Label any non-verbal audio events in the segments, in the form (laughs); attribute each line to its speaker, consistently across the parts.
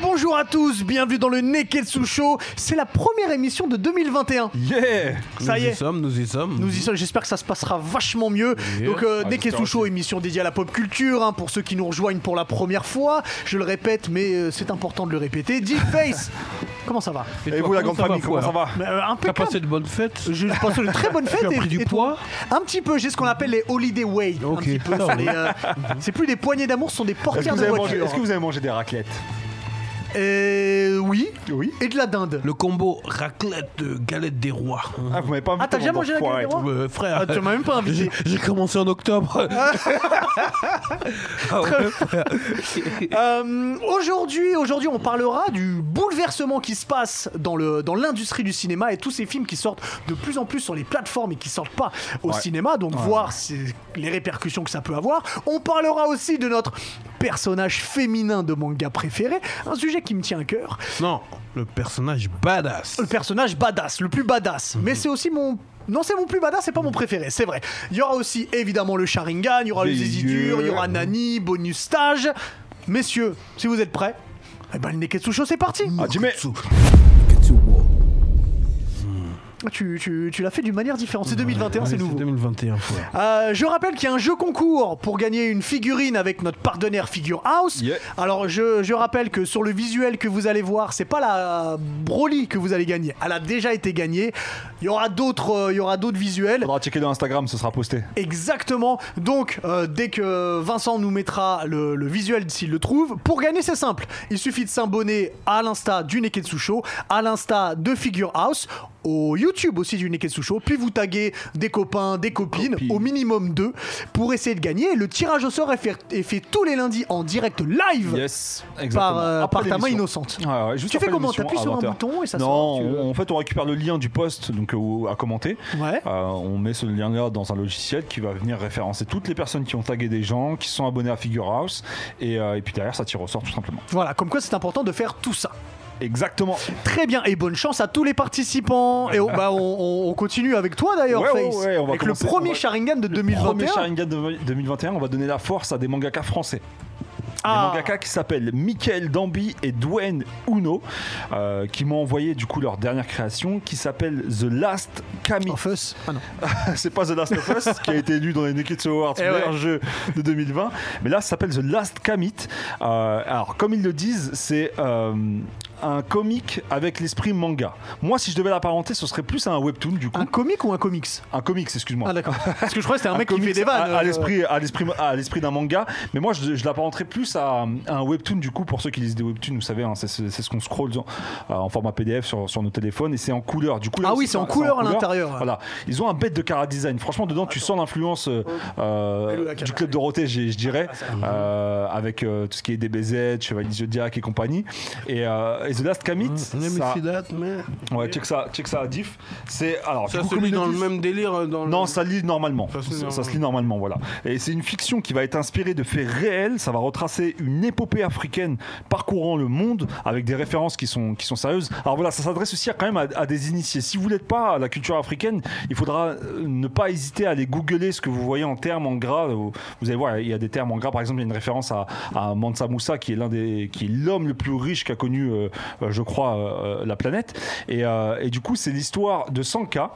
Speaker 1: Bonjour à tous, bienvenue dans le Neketsu Show. C'est la première émission de 2021.
Speaker 2: Yeah
Speaker 1: Ça
Speaker 3: nous
Speaker 1: y est.
Speaker 3: sommes, nous y sommes.
Speaker 1: Nous y sommes, j'espère que ça se passera vachement mieux.
Speaker 3: Yeah.
Speaker 1: Donc, euh,
Speaker 2: Ah,
Speaker 1: Neketsu
Speaker 2: j'espère
Speaker 1: Show, émission dédiée à la pop culture, hein, pour ceux qui nous rejoignent pour la première fois. Je le répète, mais euh, c'est important de le répéter. Deep
Speaker 2: (laughs)
Speaker 1: Face, comment ça va
Speaker 2: Et vous, la grande famille, comment ça va
Speaker 1: Mais, euh,
Speaker 3: T'as
Speaker 1: Impeccable.
Speaker 3: passé de bonnes fêtes
Speaker 1: Je pense une très
Speaker 2: (laughs)
Speaker 1: bonne fête.
Speaker 3: Tu as pris
Speaker 1: et-
Speaker 3: du
Speaker 1: et toi
Speaker 3: poids
Speaker 1: Un petit peu, j'ai ce qu'on appelle les holiday weight. un
Speaker 3: Ok.
Speaker 1: petit peu.
Speaker 3: Ça
Speaker 1: C'est
Speaker 3: va.
Speaker 1: des, euh, c'est plus des poignées d'amour, ce sont des
Speaker 2: Est-ce que,
Speaker 1: portières
Speaker 2: vous
Speaker 1: de
Speaker 2: avez mangé,
Speaker 1: voiture.
Speaker 2: est-ce que vous avez mangé des raclettes
Speaker 1: Euh, oui.
Speaker 2: Oui.
Speaker 1: Et de la dinde.
Speaker 3: Le combo raclette de galette des rois.
Speaker 2: Ah, vous m'avez pas invité
Speaker 1: Ah, t'as déjà
Speaker 2: mon
Speaker 1: mangé la
Speaker 2: enfoiré.
Speaker 1: galette des rois
Speaker 3: Euh, frère,
Speaker 1: Ah, tu m'as même pas invité.
Speaker 3: (laughs) j'ai j'ai commencé en octobre. (laughs) Ah ouais, frère.
Speaker 1: Euh, aujourd'hui, aujourd'hui, on parlera du bouleversement qui se passe dans le dans l'industrie du cinéma et tous ces films qui sortent de plus en plus sur les plateformes et qui sortent pas au
Speaker 2: Ouais.
Speaker 1: cinéma. Donc voir si- les répercussions que ça peut avoir. On parlera aussi de notre personnage féminin de manga préféré, un sujet qui me tient à cœur.
Speaker 3: non, le personnage badass.
Speaker 1: Le personnage badass, le plus badass. Mais c'est aussi mon non, c'est mon plus badass, c'est pas mon préféré, c'est vrai. Il y aura aussi évidemment le Sharingan, il y aura le
Speaker 2: Des
Speaker 1: Zizidur, il y aura
Speaker 2: yeux.
Speaker 1: Nani, bonus stage. Messieurs, si vous êtes prêts, eh ben le Neketsu Show, c'est parti.
Speaker 2: Ah, Jimmy
Speaker 1: Ah, Tu, tu, tu l'as fait d'une manière différente, c'est 2021, c'est
Speaker 3: Ouais,
Speaker 1: nouveau.
Speaker 3: 2021, frère.
Speaker 1: Euh, je rappelle qu'il y a un jeu concours pour gagner une figurine avec notre partenaire Figure House.
Speaker 2: Yeah.
Speaker 1: Alors je, je rappelle que sur le visuel que vous allez voir, c'est pas la Broly que vous allez gagner. Elle a déjà été gagnée. Il y aura d'autres, euh, il y aura d'autres visuels.
Speaker 2: Faudra checker dans Instagram, ce sera posté.
Speaker 1: Exactement. Donc, euh, dès que Vincent nous mettra le, le visuel s'il le trouve, pour gagner, c'est simple. Il suffit de s'abonner à l'insta du Neketsu Show, à l'insta de Figure House, au YouTube aussi du Neketsu Show, puis vous taguez des copains, des copines,
Speaker 2: Copines.
Speaker 1: au minimum deux, pour essayer de gagner. Le tirage au sort est fait, est fait tous les lundis en direct live.
Speaker 2: Yes,
Speaker 1: Par, euh,
Speaker 2: Après
Speaker 1: par ta main
Speaker 2: l'émission.
Speaker 1: innocente.
Speaker 2: Ouais, ouais, juste
Speaker 1: Tu fais
Speaker 2: après
Speaker 1: comment
Speaker 2: l'émission,
Speaker 1: T'appuies
Speaker 2: à
Speaker 1: sur un
Speaker 2: 20.
Speaker 1: bouton et ça
Speaker 2: Non,
Speaker 1: sort, tu-
Speaker 2: on- en fait, on récupère le lien du post donc, euh, à commenter.
Speaker 1: Ouais.
Speaker 2: Euh, on met ce lien-là dans un logiciel qui va venir référencer toutes les personnes qui ont tagué des gens, qui sont abonnés à Figure House. Et, euh, et puis derrière, ça tire au sort tout simplement.
Speaker 1: Voilà, comme quoi c'est important de faire tout ça.
Speaker 2: Exactement.
Speaker 1: Très bien et bonne chance à tous les participants. Et on, bah, on- on, on continue avec toi d'ailleurs,
Speaker 2: Ouais,
Speaker 1: Face.
Speaker 2: ouais, ouais, on va
Speaker 1: avec le
Speaker 2: commencer.
Speaker 1: premier
Speaker 2: On va-
Speaker 1: Sharingan de
Speaker 2: Premier
Speaker 1: 2021.
Speaker 2: Sharingan de 2021, on va donner la force à des mangakas français.
Speaker 1: Ah.
Speaker 2: Des mangakas qui s'appellent Michael Dambi et Dwayne Uno, euh, qui m'ont envoyé du coup leur dernière création qui s'appelle The Last Kami.
Speaker 1: Of Us. Ah non.
Speaker 2: c'est pas The Last of Us qui a été élu dans les Neketsu Awards
Speaker 1: Eh
Speaker 2: meilleur
Speaker 1: ouais.
Speaker 2: jeu de 2020 mais là ça s'appelle The Last Kamit Euh, alors comme ils le disent c'est euh, un comic avec l'esprit manga moi si je devais l'apparenter ce serait plus à un webtoon du coup
Speaker 1: Un comic ou un comics
Speaker 2: un comics excuse-moi
Speaker 1: Ah d'accord. Parce que je crois que c'était un, mec qui
Speaker 2: comics
Speaker 1: fait des vannes.
Speaker 2: à, à
Speaker 1: euh,
Speaker 2: l'esprit à l'esprit à l'esprit d'un manga mais moi je, je l'apparenterais plus à, à un webtoon du coup pour ceux qui lisent des webtoons vous savez hein, c'est c'est- c'est ce qu'on scroll en, euh, en format PDF sur, sur nos téléphones et c'est en couleur du coup là,
Speaker 1: Ah oui, c'est en couleur à l'intérieur, ouais.
Speaker 2: voilà ils ont un bête de cara design franchement dedans tu sens l'influence euh, euh,
Speaker 1: Allô, la caméra.
Speaker 2: du club Dorothée j'ai- je
Speaker 1: Ah,
Speaker 2: dirais euh, avec euh, tout ce qui est DBZ Chevalier Zodiac et compagnie et, euh, et The Last Kamit
Speaker 3: Ah, On aime
Speaker 2: ça,
Speaker 3: ici date, mais.
Speaker 2: ouais check ça check ça à diff c'est alors du
Speaker 3: Ça
Speaker 2: coup,
Speaker 3: se
Speaker 2: comme
Speaker 3: lit
Speaker 2: ils
Speaker 3: dans
Speaker 2: le
Speaker 3: le
Speaker 2: disent-
Speaker 3: même délire. euh, Dans
Speaker 2: non,
Speaker 3: le...
Speaker 2: ça se lit normalement.
Speaker 3: Ça se lit
Speaker 2: Ça, ça se
Speaker 3: normalement.
Speaker 2: lit normalement, voilà. Et c'est une fiction qui va être inspirée de faits réels. Ça va retracer une épopée africaine parcourant le monde avec des références qui sont, qui sont sérieuses. Alors voilà, ça s'adresse aussi à- quand même à, à des initiés. Si vous n'êtes pas à la culture africaine, il faudra euh, ne pas hésiter à aller googler ce que vous voyez en termes en gras. Euh, Vous vous allez voir, il y a des termes en gras. Par exemple, il y a une référence à, à Mansa Moussa qui est l'un des, qui est l'homme le plus riche qu'a connu, euh, euh, je crois, euh, la planète. Et, euh, et du coup, c'est l'histoire de Sanka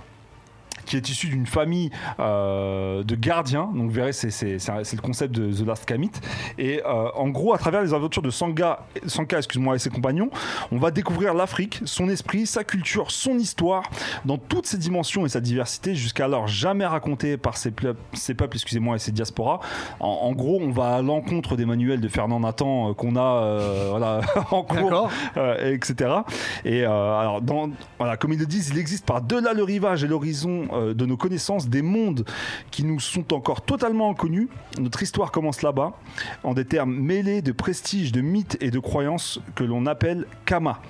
Speaker 2: qui est issu d'une famille euh, de gardiens. Donc, vous verrez, c'est c'est- c'est un- c'est le concept de The Last Kamit. Et euh, en gros, à travers les aventures de Sanga, Sanka excuse-moi, et ses compagnons, on va découvrir l'Afrique, son esprit, sa culture, son histoire, dans toutes ses dimensions et sa diversité, jusqu'alors jamais racontée par ses, pleu- ses peuples excusez-moi, et ses diasporas. En, en gros, on va à l'encontre des manuels de Fernand Nathan euh, qu'on a euh, (laughs) voilà, en cours
Speaker 1: D'accord.
Speaker 2: euh, etc. Et euh, alors, dans, voilà, comme ils le disent, il existe par-delà le rivage et l'horizon euh, de nos connaissances des mondes qui nous sont encore totalement inconnus. Notre histoire commence là-bas, en des termes mêlés de prestige, de mythes et de croyances que l'on appelle Kama.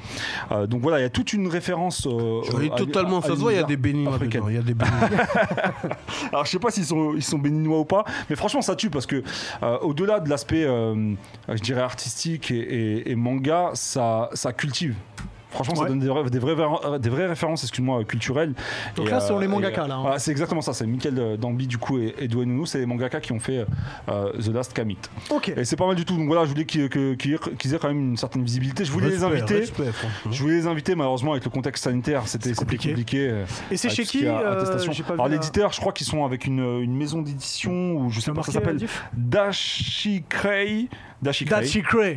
Speaker 2: Euh, donc voilà, il y a toute une référence. euh,
Speaker 3: Je lis
Speaker 2: à-
Speaker 3: totalement,
Speaker 2: à-
Speaker 3: ça
Speaker 2: à
Speaker 3: se voit, il y
Speaker 2: l'univers
Speaker 3: a des béninois
Speaker 2: africain.
Speaker 3: dedans, il y a des
Speaker 1: Ah,
Speaker 3: béninois.
Speaker 2: Alors je sais pas s'ils sont, ils sont béninois ou pas, mais franchement ça tue parce que euh, au-delà de l'aspect, euh, je dirais artistique et, et- et manga, ça, ça cultive. Franchement, ça
Speaker 1: Ouais.
Speaker 2: donne des, vrais- des, vraies, ver- euh, des vraies références, excuse-moi, euh, culturelles.
Speaker 1: Donc
Speaker 2: Et, euh,
Speaker 1: là, ce sont les
Speaker 2: et,
Speaker 1: mangaka, là, hein.
Speaker 2: voilà, c'est exactement ça. C'est Michael euh, Dambi, du coup, et Edouard Nounou. C'est les mangaka qui ont fait euh, The Last Kamit.
Speaker 1: Ok.
Speaker 2: Et c'est pas mal du tout. Donc voilà, je voulais qu'ils que- qu'ils- qu'ils aient quand même une certaine visibilité. Je voulais les
Speaker 4: Respect,
Speaker 2: inviter.
Speaker 4: respect, franchement.
Speaker 2: Je voulais les inviter, malheureusement, avec le contexte sanitaire, c'était c'était
Speaker 1: compliqué.
Speaker 2: compliqué. euh,
Speaker 1: Et c'est
Speaker 2: avec
Speaker 1: chez
Speaker 2: tout ce
Speaker 1: qui,
Speaker 2: est
Speaker 1: euh,
Speaker 2: attestation.
Speaker 1: j'ai pas vu
Speaker 2: Alors,
Speaker 1: la-
Speaker 2: l'éditeur, je crois qu'ils sont avec une, une maison d'édition, ou je sais pas, ça
Speaker 1: marqué, euh,
Speaker 2: s'appelle
Speaker 1: Diff
Speaker 2: Dashikray. Dashikray.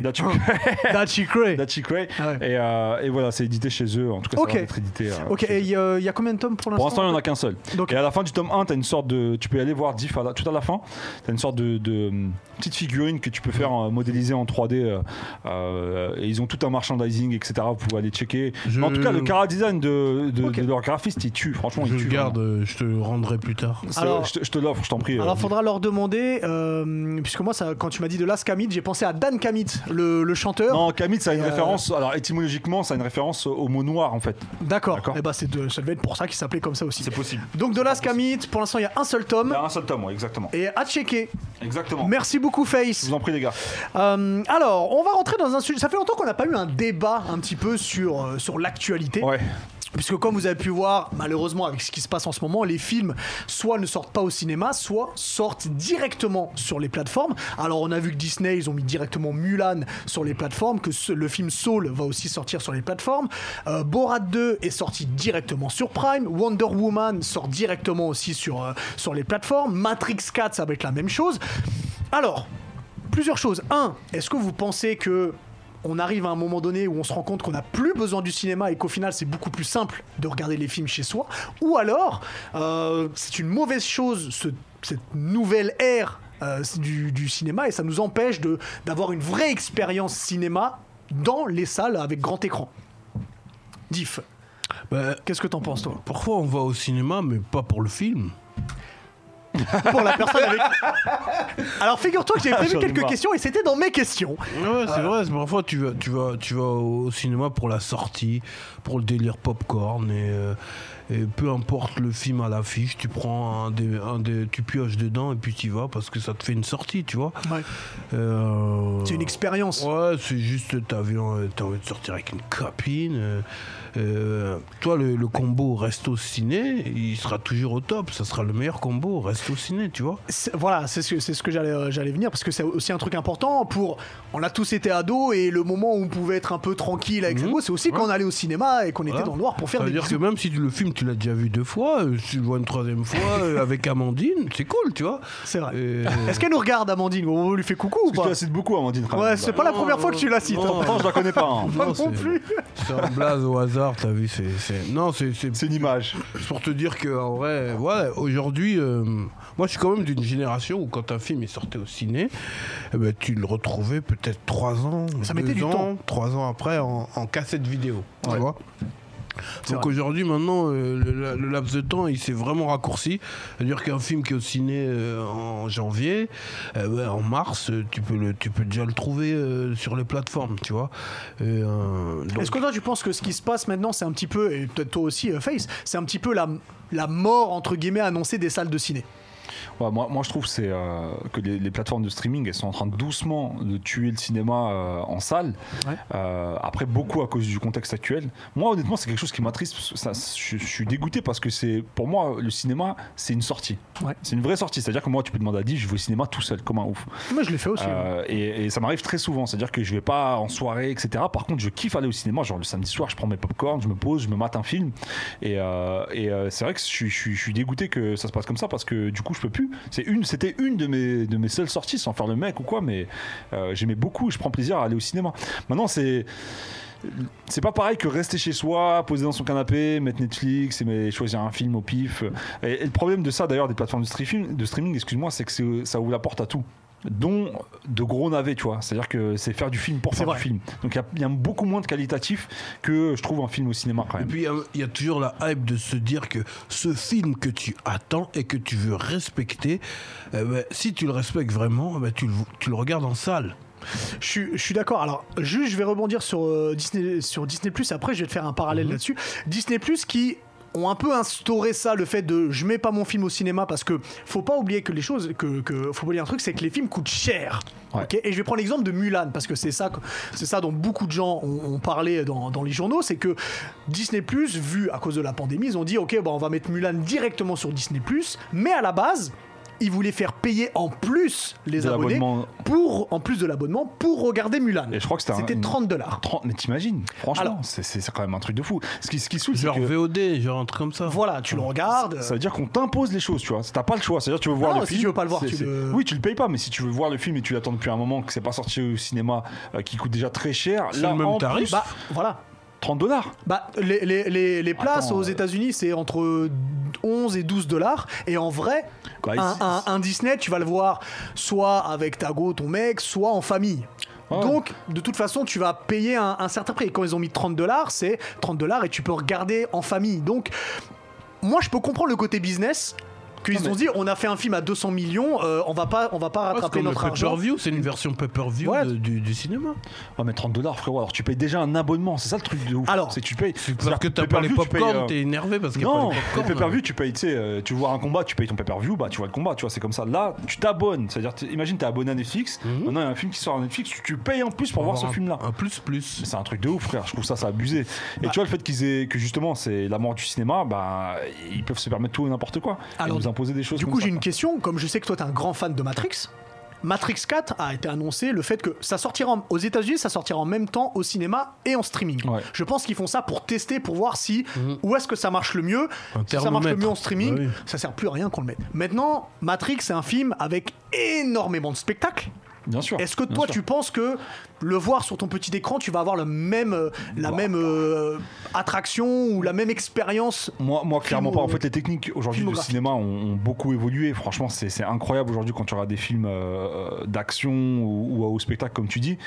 Speaker 1: Dachikray. (laughs)
Speaker 2: Dachikray.
Speaker 1: Dachikray.
Speaker 2: Dachikray.
Speaker 1: Oh, Ah ouais.
Speaker 2: Et, euh, et voilà, c'est édité chez eux. En tout cas,
Speaker 1: Ok.
Speaker 2: ça va être édité. euh,
Speaker 1: Ok,
Speaker 2: chez
Speaker 1: et il y, a- il y a combien de tomes pour l'instant
Speaker 2: pour l'instant, il n'y en a qu'un seul.
Speaker 1: Donc-
Speaker 2: Et à la fin du tome 1, as une sorte de, tu peux aller voir Diff à la- tout à la fin. Tu as une sorte de, de, hum, petite figurine que tu peux faire euh, modéliser en 3D. euh, euh, et ils ont tout un merchandising, etc. Vous pouvez aller checker.
Speaker 4: Je-
Speaker 2: En tout cas, le cara design de, de,
Speaker 1: Ok.
Speaker 2: de leur graphiste, il tue. Franchement,
Speaker 4: Je
Speaker 2: il
Speaker 4: le
Speaker 2: tue.
Speaker 4: garde,
Speaker 1: hein.
Speaker 2: vraiment.
Speaker 4: euh, je te le rendrai plus tard.
Speaker 2: C'est-
Speaker 1: Alors-
Speaker 2: je te- je te l'offre, je t'en prie.
Speaker 1: Alors,
Speaker 2: euh,
Speaker 1: faudra leur demander, euh, puisque moi, ça, quand tu m'as dit de Las Kamit, j'ai pensé à Dan Kamit, le, le chanteur.
Speaker 2: Non, Kamit, ça a une
Speaker 1: Euh,
Speaker 2: référence. Alors, étymologiquement, ça a une référence au mot noir, en fait.
Speaker 1: D'accord.
Speaker 2: D'accord.
Speaker 1: Et bah, c'est de- ça devait être pour ça qu'il s'appelait comme ça aussi.
Speaker 2: C'est possible.
Speaker 1: Donc, de Las Kamit, pour l'instant, il y a un seul
Speaker 2: Il y
Speaker 1: tome.
Speaker 2: a un seul tome, ouais, exactement.
Speaker 1: Et à checker.
Speaker 2: Exactement.
Speaker 1: Merci beaucoup, Face.
Speaker 2: Je vous en prie, les gars.
Speaker 1: Euh, alors, on va rentrer dans un sujet. Ça fait longtemps qu'on n'a pas eu un débat un petit peu sur, euh, sur l'actualité.
Speaker 2: Ouais.
Speaker 1: Puisque comme vous avez pu voir, malheureusement avec ce qui se passe en ce moment, les films soit ne sortent pas au cinéma, soit sortent directement sur les plateformes. Alors on a vu que Disney, ils ont mis directement Mulan sur les plateformes, que ce- le film Soul va aussi sortir sur les plateformes. Euh, Borat 2 est sorti directement sur Prime, Wonder Woman sort directement aussi sur, euh, sur les plateformes, Matrix 4 ça va être la même chose. Alors, plusieurs choses. Un, est-ce que vous pensez que on arrive à un moment donné où on se rend compte qu'on n'a plus besoin du cinéma et qu'au final c'est beaucoup plus simple de regarder les films chez soi Ou alors euh, c'est une mauvaise chose ce- cette nouvelle ère euh, du, du cinéma et ça nous empêche de- d'avoir une vraie expérience cinéma dans les salles avec grand écran Diff,
Speaker 4: Bah,
Speaker 1: qu'est-ce que t'en penses toi
Speaker 4: Parfois, on va au cinéma, mais pas pour le film.
Speaker 1: Pour la personne avec... Alors figure-toi que j'ai prévu
Speaker 2: J'en ai
Speaker 1: quelques
Speaker 2: marre.
Speaker 1: questions et c'était dans mes questions.
Speaker 4: Ouais, c'est vrai. c'est Parfois, tu vas, tu, vas, tu vas au cinéma pour la sortie, pour le délire popcorn. Et, euh, et peu importe le film à l'affiche, tu prends un des, un des- tu pioches dedans et puis tu vas parce que ça te fait une sortie, tu vois. Euh,
Speaker 1: C'est une expérience.
Speaker 4: Ouais, c'est juste, t'as envie, euh, t'as envie de sortir avec une copine. euh, euh, toi, le, le combo resto-ciné, il sera toujours au top. Ça sera le meilleur combo resto-ciné, tu vois.
Speaker 1: C'est- voilà, c'est ce, que- c'est ce que j'allais euh, j'allais venir parce que c'est aussi un truc important pour. On a tous été ados et le moment où on pouvait être un peu tranquille avec ses mots, c'est aussi quand on allait au cinéma et qu'on était
Speaker 4: Mhm. Voilà.
Speaker 1: dans le noir pour faire
Speaker 4: Hein Ça veut
Speaker 1: des
Speaker 4: dire que
Speaker 1: bisous.
Speaker 4: même si tu- le film, tu l'as déjà vu deux fois, euh, si tu le vois une
Speaker 1: (laughs)
Speaker 4: troisième fois euh, avec Amandine, c'est cool, tu vois.
Speaker 1: C'est vrai.
Speaker 4: Euh,
Speaker 1: (laughs) Est-ce qu'elle nous regarde, Amandine On lui fait coucou ou
Speaker 2: Je te
Speaker 1: pas
Speaker 2: la cite beaucoup, Amandine. quand
Speaker 1: Ouais,
Speaker 2: même.
Speaker 1: c'est pas la première fois que tu la cites.
Speaker 4: Non.
Speaker 1: hein.
Speaker 2: Pourtant, je la connais pas.
Speaker 1: (laughs)
Speaker 2: hein.
Speaker 1: Moi
Speaker 4: non,
Speaker 1: non
Speaker 4: c'est-
Speaker 1: plus.
Speaker 4: C'est un blaze au hasard, t'as vu. c'est- c'est- Non, c'est c'est
Speaker 2: C'est une image.
Speaker 4: pour te dire que en vrai, ouais, aujourd'hui, euh, moi je suis quand même d'une génération où quand un film est sorti au ciné, eh ben, tu le retrouvais peut-être trois ans,
Speaker 1: Ça
Speaker 4: deux
Speaker 1: mettait du
Speaker 4: ans,
Speaker 1: temps.
Speaker 4: trois ans après en, en cassette vidéo, tu
Speaker 1: Ouais.
Speaker 4: vois. Donc aujourd'hui, maintenant, euh, le, la- le laps de temps, il s'est vraiment raccourci. C'est-à-dire qu'un film qui est au ciné euh, en janvier, euh, ouais, en mars, euh, tu peux, le, tu peux déjà le trouver euh, sur les plateformes, tu vois. Et, euh, donc-
Speaker 1: Est-ce que toi tu penses que ce qui se passe maintenant c'est un petit peu, et peut-être toi aussi euh, Face, c'est un petit peu la, la mort entre guillemets annoncée des salles de ciné
Speaker 2: Ouais, moi, moi, je trouve c'est, euh, que les, les plateformes de streaming, elles sont en train doucement de tuer le cinéma euh, en salle.
Speaker 1: Ouais.
Speaker 2: Euh, après, beaucoup à cause du contexte actuel. Moi, honnêtement, c'est quelque chose qui m'attriste. parce que ça- Je, je suis dégoûté parce que c'est, pour moi, le cinéma, c'est une sortie.
Speaker 1: Ouais.
Speaker 2: C'est une vraie sortie. C'est-à-dire que moi, tu peux demander à 10, je vais au cinéma tout seul, comme un ouf.
Speaker 1: Moi je l'ai fait aussi. hein. ouais.
Speaker 2: Euh, et, et ça m'arrive très souvent, c'est-à-dire que je vais pas en soirée, etc. Par contre, je kiffe aller au cinéma, genre le samedi soir, je prends mes popcorn, je me pose, je me mate un film. Et, euh, et, euh, c'est vrai que je, suis- je suis- je suis dégoûté que ça se passe comme ça parce que du coup, je peux plus. C'est une, c'était une de mes, de mes seules sorties, sans faire le mec ou quoi, mais euh, j'aimais beaucoup, je prends plaisir à aller au cinéma. Maintenant, c'est c'est pas pareil que rester chez soi, poser dans son canapé, mettre Netflix et mais choisir un film au pif. Et, et le problème de ça, d'ailleurs, des plateformes de streaming, de streaming excuse-moi, c'est que c'est- ça ouvre la porte à tout dont de gros navets, tu vois. C'est-à-dire que c'est faire du film pour
Speaker 1: C'est
Speaker 2: faire
Speaker 1: vrai.
Speaker 2: du film. Donc il y a- il y, a beaucoup moins de qualitatif que je trouve un film au cinéma quand
Speaker 4: Et
Speaker 2: même.
Speaker 4: puis il y a- il y, a toujours la hype de se dire que ce film que tu attends et que tu veux respecter, eh ben, si tu le respectes vraiment, eh ben, tu, le, tu le regardes en salle.
Speaker 1: Je suis, je suis d'accord. Alors,
Speaker 2: Mhm.
Speaker 1: juste, je vais rebondir sur euh, Disney, sur Disney Plus. Après, je vais te faire un parallèle là-dessus. Disney Plus qui ont un peu instauré ça, le fait de je mets pas mon film au cinéma parce que faut pas oublier que les choses, que, que- faut pas oublier un truc, c'est que les films coûtent cher.
Speaker 2: Ouais.
Speaker 1: ok et je vais prendre l'exemple de Mulan parce que c'est ça, que- c'est ça dont beaucoup de gens ont, ont parlé dans, dans les journaux, c'est que Disney vu à cause de la pandémie, ils ont dit ok, bah, on va mettre Mulan directement sur Disney mais à la base. Ils voulaient faire payer en plus les
Speaker 2: De
Speaker 1: abonnés
Speaker 2: l'abonnement.
Speaker 1: pour, en plus de l'abonnement, pour regarder Mulan.
Speaker 2: Et je crois que c'était un-
Speaker 1: c'était
Speaker 2: une-
Speaker 1: 30 dollars.
Speaker 2: 30, mais t'imagines, franchement,
Speaker 1: Alors-
Speaker 2: c'est- c'est c'est quand même un truc de fou. Ce qui, ce qui saoule, c'est
Speaker 4: Genre
Speaker 2: que
Speaker 4: VOD, genre un truc comme ça.
Speaker 1: Voilà, tu le regardes.
Speaker 2: ça veut dire qu'on t'impose les choses, tu vois. T'as pas le choix. C'est-à-dire, tu veux voir
Speaker 1: non,
Speaker 2: le
Speaker 1: si
Speaker 2: film.
Speaker 1: tu veux pas le voir,
Speaker 2: c'est-
Speaker 1: tu
Speaker 2: c'est-
Speaker 1: le-
Speaker 2: Oui, tu le payes pas, mais si tu veux voir le film et tu l'attends depuis un moment, que c'est pas sorti au cinéma, euh, qui coûte déjà très cher,
Speaker 4: C'est
Speaker 2: là,
Speaker 4: le même
Speaker 2: en
Speaker 4: tarif.
Speaker 2: plus,
Speaker 1: Bah voilà.
Speaker 2: 30 dollars.
Speaker 1: Bah, les, les- les- les places
Speaker 2: Attends,
Speaker 1: aux
Speaker 2: euh,
Speaker 1: États-Unis, c'est entre 11 et 12 dollars. Et en vrai,
Speaker 2: Bah,
Speaker 1: un,
Speaker 2: ici-
Speaker 1: un- un Disney, tu vas le voir soit avec ta go, ton mec, soit en famille.
Speaker 2: Ah Ouais.
Speaker 1: Donc, de toute façon, tu vas payer un, un certain prix. Et Quand ils ont mis 30 dollars, c'est 30 dollars et tu peux regarder en famille. Donc, moi, je peux comprendre le côté business. Qu'ils
Speaker 2: Non,
Speaker 1: se
Speaker 2: mais-
Speaker 1: sont dit, on a fait un film à 200 millions, euh, on va pas, on va pas
Speaker 4: Ouais, c'est
Speaker 1: rattraper
Speaker 4: comme le
Speaker 1: notre argent.
Speaker 4: pay-per-view, c'est une version pay-per-view
Speaker 1: Ouais.
Speaker 4: de- du, du cinéma.
Speaker 2: Ouais, mais 30 dollars, frérot. Alors, tu payes déjà un abonnement. C'est ça le truc de ouf.
Speaker 1: Alors,
Speaker 2: c'est que tu payes.
Speaker 4: C'est parce
Speaker 2: c'est-à-dire
Speaker 4: que t'as
Speaker 2: le
Speaker 4: pas les
Speaker 2: pay-per-view, tu payes,
Speaker 4: popcorn,
Speaker 2: euh,
Speaker 4: t'es énervé parce qu'il y a
Speaker 2: Non,
Speaker 4: pas les
Speaker 2: le
Speaker 4: popcorn.
Speaker 2: pay-per-view, tu payes, tu sais, euh, tu vois un combat, tu payes ton pay-per-view, bah tu vois le combat, tu vois, c'est comme ça. Là, tu t'abonnes, c'est-à-dire, t'es- imagine, t'es abonné à Netflix, maintenant il y a un film qui sort à Netflix, tu- tu payes en plus pour voir ce film-là.
Speaker 4: Mhm. Un plus plus.
Speaker 2: Mais C'est un truc de ouf, frère. Je trouve ça, ça abusé. Et
Speaker 1: Bah.
Speaker 2: tu vois, le fait qu'ils aient, que justement, c'est la mort du cinéma, bah, ils peuvent se permettre tout et n'importe quoi.
Speaker 1: Alors,
Speaker 2: et nous imposer des choses.
Speaker 1: Du
Speaker 2: comme
Speaker 1: coup,
Speaker 2: ça,
Speaker 1: j'ai une
Speaker 2: quoi.
Speaker 1: question. Comme je sais que toi, t'es un grand fan de Matrix, Matrix 4 a été annoncé le fait que ça sortira en- aux États-Unis, ça sortira en même temps au cinéma et en streaming.
Speaker 2: Ouais.
Speaker 1: Je pense qu'ils font ça pour tester, pour voir si où est-ce que ça marche le mieux.
Speaker 4: Un
Speaker 1: Si ça marche le
Speaker 4: thermomètre.
Speaker 1: mieux en streaming,
Speaker 4: Bah oui.
Speaker 1: ça sert plus à rien qu'on le mette. Maintenant, Matrix, c'est un film avec énormément de spectacles.
Speaker 2: Bien sûr.
Speaker 1: Est-ce que
Speaker 2: Oh, bien
Speaker 1: toi,
Speaker 2: sûr.
Speaker 1: tu penses que le voir sur ton petit écran, tu vas avoir le même, euh, la
Speaker 2: Bah.
Speaker 1: même euh, attraction ou la même expérience
Speaker 2: Moi, moi clairement pas. En
Speaker 1: Filmo-
Speaker 2: fait, les techniques aujourd'hui de
Speaker 1: filmographique.
Speaker 2: cinéma ont, ont beaucoup évolué. Franchement, c'est c'est incroyable aujourd'hui quand tu regardes des films euh, d'action ou, ou au spectacle, comme tu dis.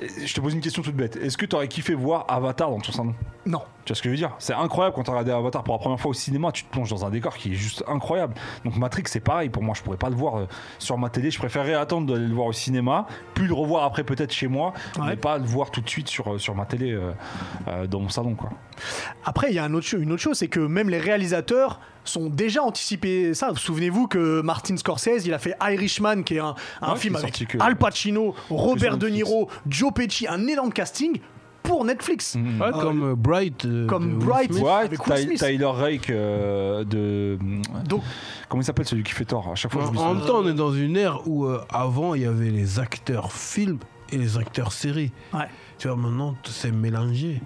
Speaker 2: Et Je te pose une question toute bête. Est-ce que tu aurais kiffé voir Avatar dans ton salon
Speaker 1: Non.
Speaker 2: Tu vois ce que je veux dire C'est incroyable quand tu as regardé Avatar pour la première fois au cinéma, tu te plonges dans un décor qui est juste incroyable. Donc Matrix, c'est pareil pour moi, je pourrais pas le voir euh, sur ma télé. Je préférerais attendre d'aller le voir au cinéma, puis le revoir après peut-être chez moi,
Speaker 1: Ouais.
Speaker 2: mais pas le voir tout de suite sur, euh, sur ma télé euh, euh, dans mon salon. Quoi.
Speaker 1: Après, il y a un autre cho- une autre chose, c'est que même les réalisateurs sont déjà anticipés ça. Souvenez-vous que Martin Scorsese, il a fait Irishman, qui est un, un
Speaker 2: Ouais,
Speaker 1: film
Speaker 2: qui est
Speaker 1: avec
Speaker 2: sorti que-
Speaker 1: Al Pacino, Robert De
Speaker 2: Netflix.
Speaker 1: Niro, Joe Pesci, un énorme casting pour Netflix.
Speaker 2: Mhm.
Speaker 4: Ouais,
Speaker 1: Euh,
Speaker 4: comme euh, Bright. euh,
Speaker 1: comme
Speaker 4: de Will
Speaker 1: Bright.
Speaker 4: Smith.
Speaker 1: Ouais,
Speaker 2: Ouais,
Speaker 1: avec Will
Speaker 2: Ty-
Speaker 1: Smith.
Speaker 2: Tyler Rake euh, de.
Speaker 1: Donc,
Speaker 2: Comment il s'appelle celui qui fait tort À chaque fois, je
Speaker 4: En,
Speaker 2: me
Speaker 4: en
Speaker 2: souviens.
Speaker 4: même temps, on est dans une ère où euh, avant, il y avait les acteurs films et les acteurs séries.
Speaker 1: ouais.
Speaker 4: Tu vois, maintenant, t- c'est mélangé.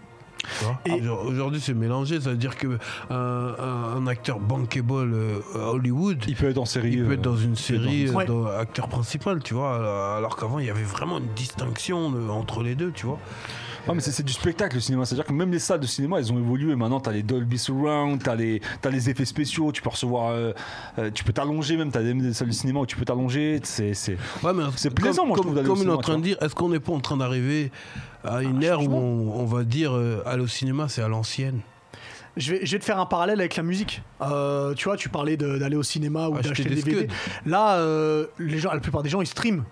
Speaker 4: Tu vois
Speaker 1: Et-
Speaker 4: Genre, Aujourd'hui, c'est mélangé. Ça veut dire que euh, un, un acteur bankable euh, à Hollywood,
Speaker 2: Il peut être en série.
Speaker 4: il peut être dans une série,
Speaker 1: Ouais.
Speaker 4: euh, dans- acteur principal, tu vois. alors- Alors qu'avant, il y avait vraiment une distinction euh, entre les deux, tu vois.
Speaker 2: Non, Ah, mais c'est- c'est du spectacle le cinéma. C'est-à-dire que même les salles de cinéma, elles ont évolué. Maintenant, t'as les Dolby Surround, t'as les, t'as les effets spéciaux, tu peux recevoir. euh, euh, tu peux t'allonger même. T'as même des salles de cinéma où tu peux t'allonger. C'est. c'est-
Speaker 4: Ouais, mais
Speaker 2: C'est
Speaker 4: comme-
Speaker 2: plaisant, moi, je
Speaker 4: comme,
Speaker 2: trouve, d'aller au
Speaker 4: comme il est
Speaker 2: cinéma, Ah,
Speaker 4: en train de dire, est-ce qu'on n'est pas en train d'arriver à une ère où on, on va dire euh, aller au cinéma, c'est à l'ancienne
Speaker 1: Je vais, je vais te faire un parallèle avec la musique. Euh, tu vois, tu parlais de- d'aller au cinéma ou
Speaker 4: Acheter
Speaker 1: d'acheter des
Speaker 4: des
Speaker 1: DVD. Là, euh, les gens, la plupart des gens, ils streament.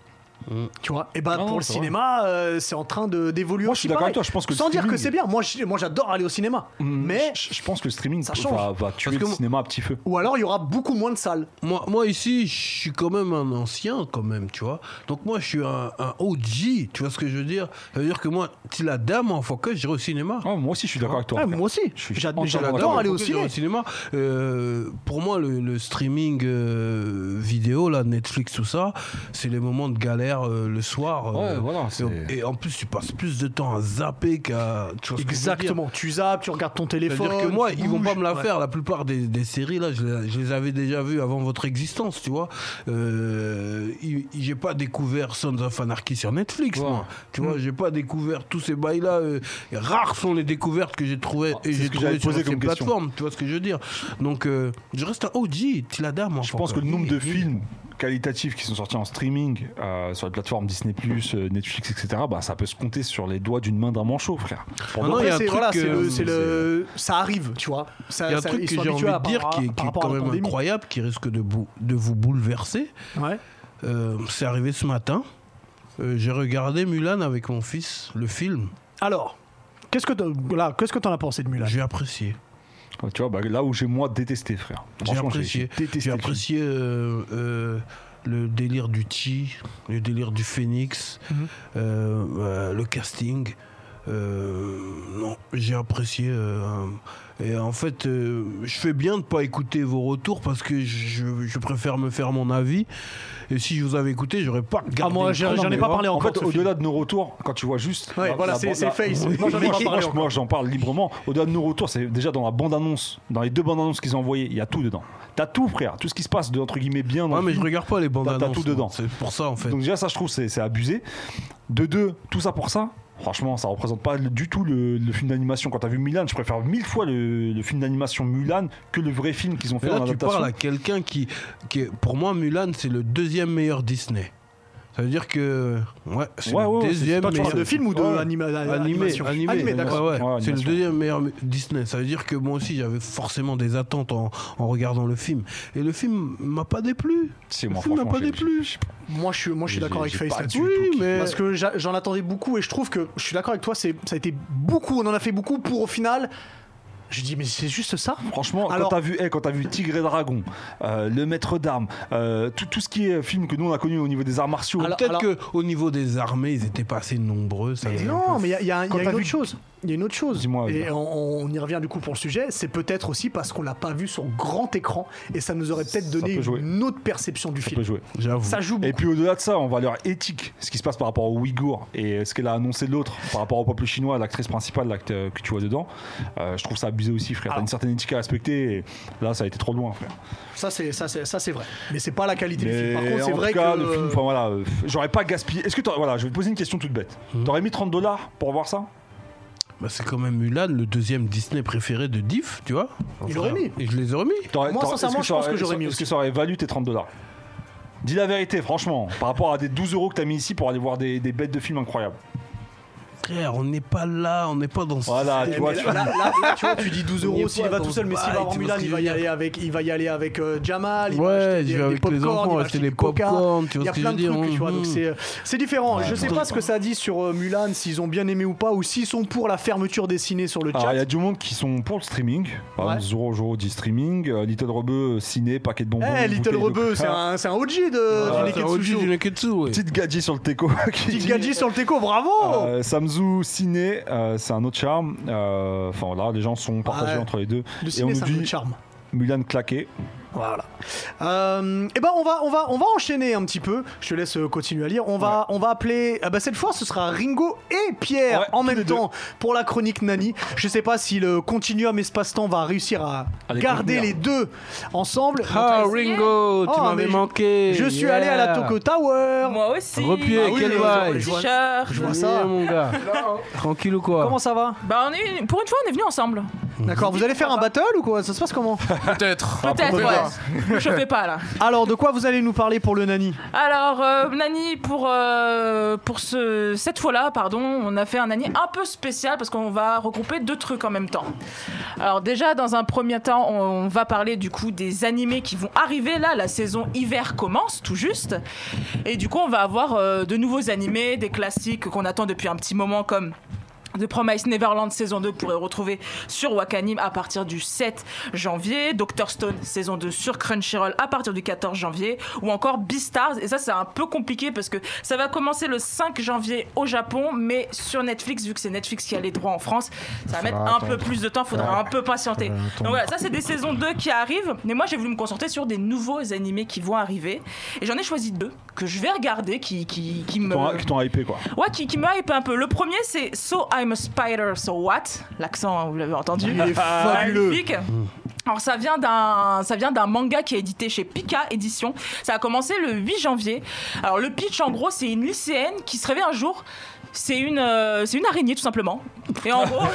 Speaker 1: Tu vois, et ben
Speaker 2: Ah non,
Speaker 1: pour le
Speaker 2: c'est vrai.
Speaker 1: cinéma, euh, c'est en train de d'évoluer.
Speaker 2: Moi, je suis
Speaker 1: aussi
Speaker 2: d'accord
Speaker 1: pareil.
Speaker 2: avec toi, je pense que le
Speaker 1: sans dire que
Speaker 2: streaming- Mhm.
Speaker 1: c'est bien. Moi, j'- moi, j'adore aller au cinéma. Mais
Speaker 2: je, je pense que le streaming
Speaker 1: Ça change.
Speaker 2: va, va tuer
Speaker 4: Parce que
Speaker 2: le
Speaker 4: moi-
Speaker 2: cinéma à petit feu.
Speaker 1: ou alors, il y aura beaucoup moins de salles.
Speaker 4: Moi, moi ici, je suis quand même un ancien, quand même, tu vois. Donc moi, je suis un, un OG, tu vois ce que je veux dire Ça veut dire que moi, si la dame en focus, j'irai au cinéma.
Speaker 2: Ah, moi aussi, je suis d'accord avec toi.
Speaker 1: Ouais,
Speaker 2: frère.
Speaker 1: moi aussi.
Speaker 2: Je suis
Speaker 1: J'ad-
Speaker 2: entièrement
Speaker 1: j'adore
Speaker 2: d'accord
Speaker 1: Oh,
Speaker 2: avec
Speaker 1: aller au
Speaker 2: toi.
Speaker 4: Pourquoi j'irai
Speaker 1: ciné.
Speaker 4: cinéma. Euh, pour moi, le, le streaming euh, vidéo, là, Netflix, tout ça, c'est les moments de galère euh, le soir.
Speaker 2: Ouais, voilà, c'est-
Speaker 4: et, et en plus, tu passes plus de temps à zapper qu'à. tu vois ce que je veux dire
Speaker 1: Exactement. Tu zappes, tu regardes ton téléphone.
Speaker 4: C'est-à-dire que moi,
Speaker 1: tu
Speaker 4: ils vont
Speaker 1: bouges.
Speaker 4: pas me la
Speaker 1: Ouais.
Speaker 4: faire. La plupart des, des séries, là, je, les- je les avais déjà vues avant votre existence, tu vois. Euh, il- il- j'ai pas découvert Sons of Anarchy sur Netflix,
Speaker 2: Ouais. Hmm.
Speaker 4: moi. Tu vois, j'ai pas découvert tous ces bails-là. euh, rares sont les découvertes que j'ai trouvées
Speaker 2: Ah, c'est
Speaker 4: et
Speaker 2: ce
Speaker 4: j'ai
Speaker 2: que
Speaker 4: trouvées
Speaker 2: j'allais te
Speaker 4: sur
Speaker 2: poser
Speaker 4: ces
Speaker 2: comme question.
Speaker 4: plateformes. Tu vois ce que je veux dire Donc, euh, je reste un OG, la dame.
Speaker 2: Je pense que le nombre de films qualitatifs qui sont sortis en streaming euh, sur les plateformes Disney+, euh, Netflix, etc., bah, ça peut se compter sur les doigts d'une main d'un manchot, frère. Pour
Speaker 4: Ah
Speaker 2: de
Speaker 4: non,
Speaker 1: Après,
Speaker 4: il
Speaker 2: vrai.
Speaker 4: y a un
Speaker 1: c'est-
Speaker 4: truc
Speaker 1: voilà, c'est
Speaker 4: que-
Speaker 1: le- c'est le- ça arrive, tu vois. Ça-
Speaker 4: Il y a un
Speaker 1: ça-
Speaker 4: truc
Speaker 1: ils
Speaker 4: que
Speaker 1: sont
Speaker 4: j'ai envie
Speaker 1: habitués à
Speaker 4: de dire
Speaker 1: par-
Speaker 4: qui, est-
Speaker 1: par
Speaker 4: qui est
Speaker 1: rapport à
Speaker 4: quand
Speaker 1: la
Speaker 4: même
Speaker 1: pandémie.
Speaker 4: incroyable, qui risque de, bou- de vous bouleverser.
Speaker 1: Ouais.
Speaker 4: Euh, c'est arrivé ce matin. Euh, j'ai regardé Mulan avec mon fils, le film.
Speaker 1: Alors, qu'est-ce que t'en- voilà, qu'est-ce que t'en as pensé de Mulan
Speaker 4: J'ai apprécié.
Speaker 2: Ouais, Tu vois, bah, là où j'ai moi détesté, frère.
Speaker 4: J'ai
Speaker 2: Franchement,
Speaker 4: apprécié.
Speaker 1: détesté
Speaker 4: J'ai
Speaker 1: le
Speaker 4: apprécié euh, euh, le délire du Chi, le délire du Phoenix, euh, euh, le casting. Euh, non, j'ai apprécié. euh, et en fait, euh, je fais bien de ne pas écouter vos retours parce que je, je préfère me faire mon avis. Et si je vous avais écouté, j'aurais pas regardé.
Speaker 1: Ah, moi,
Speaker 4: le
Speaker 1: j'ai-
Speaker 4: film.
Speaker 1: j'en ai pas parlé
Speaker 2: En
Speaker 1: encore.
Speaker 2: fait,
Speaker 1: de ce film.
Speaker 2: au-delà de nos retours, quand tu vois juste.
Speaker 1: Ouais, voilà, c'est- c'est face.
Speaker 2: Moi, j'en ai
Speaker 1: Moi,
Speaker 2: pas
Speaker 1: je-
Speaker 2: parlé
Speaker 1: moi,
Speaker 2: moi, j'en parle librement. Au-delà de nos retours, c'est déjà dans la bande-annonce, dans les deux bandes-annonces qu'ils ont envoyées, il y a tout dedans. T'as tout, frère. Tout ce qui se passe de entre guillemets bien. dans
Speaker 4: Ouais,
Speaker 2: le
Speaker 4: mais je
Speaker 2: film.
Speaker 4: regarde pas les bandes
Speaker 2: T'as- t'as
Speaker 4: annonces.
Speaker 2: tout dedans.
Speaker 4: moi. C'est pour ça en fait.
Speaker 2: Donc déjà, ça, je trouve, c'est c'est abusé. De deux, tout ça pour ça. Franchement, ça représente pas le- du tout le, le film d'animation. Quand t'as vu Mulan, je préfère mille fois le, le film d'animation Mulan que le vrai film qu'ils ont fait
Speaker 4: Et là,
Speaker 2: en
Speaker 4: tu
Speaker 2: adaptation.
Speaker 4: parles à quelqu'un qui, qui est- Pour moi, Mulan, c'est le deuxième meilleur Disney. Ça veut dire que. Ouais, c'est
Speaker 2: Ouais, ouais, ouais,
Speaker 4: le deuxième
Speaker 1: Toi, tu parles
Speaker 4: meilleur.
Speaker 1: de film ou de
Speaker 2: Ouais.
Speaker 1: anima-
Speaker 4: euh, Animé,
Speaker 1: animation
Speaker 4: animé,
Speaker 1: d'accord.
Speaker 4: Ouais, ouais.
Speaker 2: Ouais,
Speaker 4: c'est le
Speaker 2: animation.
Speaker 4: deuxième meilleur mu- Disney. Ça veut dire que moi aussi j'avais forcément des attentes en, en regardant le film. Et le film m'a pas déplu.
Speaker 2: Si,
Speaker 4: le
Speaker 2: moi,
Speaker 4: film m'a
Speaker 2: franchement,
Speaker 4: pas
Speaker 2: j'ai-
Speaker 4: déplu.
Speaker 1: Moi, je suis, moi, je suis
Speaker 2: J'ai-
Speaker 1: d'accord avec
Speaker 2: j'ai
Speaker 1: Face
Speaker 2: pas
Speaker 1: là-dessus.
Speaker 2: du tout
Speaker 4: Oui,
Speaker 2: kiffé.
Speaker 4: mais.
Speaker 1: Parce que j'a- j'en attendais beaucoup et je trouve que je suis d'accord avec toi, c'est ça a été beaucoup, on en a fait beaucoup pour au final. Je dis mais c'est juste ça
Speaker 2: Franchement,
Speaker 1: Alors-
Speaker 2: quand t'as vu, eh, quand t'as vu Tigre et Dragon, euh, le Maître d'armes, euh, tout, tout ce qui est film que nous on a connu au niveau des arts martiaux,
Speaker 1: Alors-
Speaker 4: Peut-être qu'au niveau des armées, ils étaient pas assez nombreux. Ça faisait un
Speaker 1: Non,
Speaker 4: peu-
Speaker 1: mais il y a, il y a un- il y
Speaker 2: Quand
Speaker 1: a une
Speaker 2: t'as
Speaker 1: autre
Speaker 2: vu-
Speaker 1: chose. Il y a une autre chose.
Speaker 2: Dis-moi,
Speaker 1: Et
Speaker 2: Edgar.
Speaker 1: on, on y revient du coup pour le sujet. C'est peut-être aussi parce qu'on l'a pas vu sur grand écran et ça nous aurait peut-être
Speaker 2: Ça
Speaker 1: donné
Speaker 2: peut jouer.
Speaker 1: une autre perception du
Speaker 2: ça peut
Speaker 1: film.
Speaker 2: jouer.
Speaker 4: J'avoue.
Speaker 1: Ça joue beaucoup.
Speaker 2: Et puis au-delà de ça, on va leur éthique, ce qui se passe par rapport aux Ouïghours et ce qu'elle a annoncé l'autre par rapport au peuple chinois, l'actrice principale là, que, que tu vois dedans. Euh, je trouve ça abusé aussi, frère. T'as une certaine éthique à respecter. Et là, ça a été trop loin, frère.
Speaker 1: Ça c'est ça c'est ça c'est vrai. Mais c'est pas la qualité du film. Par
Speaker 2: Mais
Speaker 1: contre,
Speaker 2: en
Speaker 1: c'est
Speaker 2: tout
Speaker 1: vrai
Speaker 2: cas,
Speaker 1: que
Speaker 2: le film, enfin voilà, euh, j'aurais pas gaspillé. Est-ce que t'aurais- voilà, je vais te poser une question toute bête.
Speaker 1: Hmm.
Speaker 2: T'aurais mis 30 dollars pour voir ça
Speaker 4: Bah, c'est quand même Mulan, le deuxième Disney préféré de Diff, tu vois.
Speaker 1: Il aurait mis.
Speaker 4: Et je les aurais mis.
Speaker 2: T'aurais-
Speaker 1: Moi,
Speaker 2: t'aurais-
Speaker 1: sincèrement,
Speaker 2: est-ce
Speaker 1: je pense
Speaker 2: ça aurait-
Speaker 1: que j'aurais mis
Speaker 2: Est-ce que ça aurait valu tes 30 dollars Dis la vérité, franchement, par rapport à des 12 euros que t'as mis ici pour aller voir des, des bêtes de films incroyables.
Speaker 4: Frère, on n'est pas là, on n'est pas dans ce.
Speaker 2: Voilà,
Speaker 1: Ah,
Speaker 2: tu
Speaker 1: Mais
Speaker 2: vois,
Speaker 1: là,
Speaker 2: tu-
Speaker 1: là- là- là, tu vois, tu dis 12
Speaker 4: On y est
Speaker 1: euros s'il
Speaker 4: pas
Speaker 1: va
Speaker 4: dans
Speaker 1: tout seul,
Speaker 4: ce
Speaker 1: mais s'il va
Speaker 4: bail,
Speaker 1: en
Speaker 4: tu vois
Speaker 1: Milan,
Speaker 4: ce que
Speaker 1: il
Speaker 4: je
Speaker 1: va
Speaker 4: veux
Speaker 1: y
Speaker 4: dire.
Speaker 1: aller avec, il va y aller avec euh, Jamal, il va
Speaker 4: Ouais,
Speaker 1: acheter
Speaker 4: je
Speaker 1: des,
Speaker 4: vais
Speaker 1: des
Speaker 4: avec les
Speaker 1: popcorn,
Speaker 4: enfants,
Speaker 1: il va
Speaker 4: acheter
Speaker 1: acheter
Speaker 4: les
Speaker 1: du coca.
Speaker 4: popcorn, tu vois
Speaker 1: il y a
Speaker 4: ce que
Speaker 1: plein
Speaker 4: je
Speaker 1: de
Speaker 4: veux
Speaker 1: trucs,
Speaker 4: dire,
Speaker 1: tu vois.
Speaker 4: hum,
Speaker 1: Donc
Speaker 4: hum.
Speaker 1: c'est, euh, c'est différent. je sais
Speaker 4: non,
Speaker 1: pas
Speaker 4: je
Speaker 1: ce que ça dit sur euh, Mulan, s'ils ont bien aimé ou pas, ou s'ils sont pour la fermeture des ciné sur le
Speaker 2: Alors,
Speaker 1: chat.
Speaker 2: Ah, il y a du monde qui sont pour le streaming. Par
Speaker 1: Ouais.
Speaker 2: exemple, Zoro Zoro dit streaming. euh, Little Rebeu, euh, ciné, paquet de bonbons.
Speaker 1: Eh, Little
Speaker 2: bouteilles de
Speaker 1: Rebeu,
Speaker 2: coca.
Speaker 1: c'est un, c'est un OG de,
Speaker 4: Ah,
Speaker 3: Euh,
Speaker 1: du
Speaker 4: c'est
Speaker 1: Neketsu
Speaker 4: un OG
Speaker 1: Show.
Speaker 4: du Neketsu, ouais.
Speaker 2: Petite gadget sur le teco. (laughs) qui
Speaker 1: Petit
Speaker 2: dit-
Speaker 1: gadget sur le Teco, bravo
Speaker 2: Euh, Samzu ciné, euh, c'est un autre charme. Euh, Enfin voilà, les gens sont partagés
Speaker 1: Ouais.
Speaker 2: entre les deux.
Speaker 1: Le
Speaker 2: Et on
Speaker 1: ciné,
Speaker 2: nous
Speaker 1: c'est un
Speaker 2: dit
Speaker 1: autre charme.
Speaker 2: Mulan claqué.
Speaker 1: Voilà. Euh, et ben on va on va on va enchaîner un petit peu. Je te laisse euh, continuer à lire. On va on va appeler. ah bah, cette fois ce sera Ringo et Pierre
Speaker 2: Ouais,
Speaker 1: en
Speaker 2: tous
Speaker 1: même
Speaker 2: les deux.
Speaker 1: temps pour la chronique Nani. Je sais pas si le continuum espace-temps va réussir à,
Speaker 2: À les
Speaker 1: garder
Speaker 2: contenir.
Speaker 1: les deux ensemble.
Speaker 4: Ah Ringo, tu
Speaker 1: Oh,
Speaker 4: m'avais
Speaker 1: mais je-
Speaker 4: manqué.
Speaker 1: Je suis allé à la Toko Tower.
Speaker 5: Moi aussi.
Speaker 4: Repied,
Speaker 1: Ah oui,
Speaker 4: quel
Speaker 1: les-
Speaker 4: bail.
Speaker 1: les-
Speaker 5: T-shirt.
Speaker 1: Je vois
Speaker 4: Yeah,
Speaker 1: ça. hein.
Speaker 4: mon gars.
Speaker 1: (laughs)
Speaker 4: Tranquille ou quoi
Speaker 1: Comment ça va
Speaker 5: Bah on est pour une fois on est venu ensemble.
Speaker 1: D'accord. Vous allez faire un battle ou quoi Ça se passe
Speaker 2: (laughs)
Speaker 1: comment
Speaker 6: Peut-être.
Speaker 1: Ah,
Speaker 5: Peut-être. ouais. Je fais pas là.
Speaker 1: Alors de quoi vous allez nous parler pour le Nani
Speaker 5: Alors euh, Nani pour euh, pour ce cette fois-là pardon on a fait un Nani un peu spécial parce qu'on va regrouper deux trucs en même temps. Alors déjà dans un premier temps on, on va parler du coup des animés qui vont arriver là la saison hiver commence tout juste et du coup on va avoir euh, de nouveaux animés des classiques qu'on attend depuis un petit moment comme de Promise Neverland saison 2 pourrait retrouver sur Wakanim à partir du 7 janvier, Doctor Stone saison 2 sur Crunchyroll à partir du 14 janvier ou encore Beastars et ça c'est un peu compliqué parce que ça va commencer le 5 janvier au Japon mais sur Netflix vu que c'est Netflix qui a les droits en France, ça va mettre un peu plus de temps, faudra un peu patienter. Donc voilà, ça c'est des saisons 2 qui arrivent mais moi j'ai voulu me concentrer sur des nouveaux animés qui vont arriver et j'en ai choisi deux que je vais regarder qui qui, qui
Speaker 1: Bah
Speaker 5: me
Speaker 2: T'en- Qui t'ont hypé quoi.
Speaker 5: Ouais, qui, qui me hype un peu. Le premier, c'est So I'm a Spider, So What L'accent, hein, vous l'avez entendu. (laughs)
Speaker 1: Ah, Il est fabuleux.
Speaker 5: Magnifique. Alors ça vient d'un ça vient d'un manga qui est édité chez Pika Édition. Ça a commencé le 8 janvier. Alors le pitch en gros c'est une lycéenne qui se réveille un jour. C'est une euh, c'est une araignée tout simplement. Et en
Speaker 1: (laughs)
Speaker 5: gros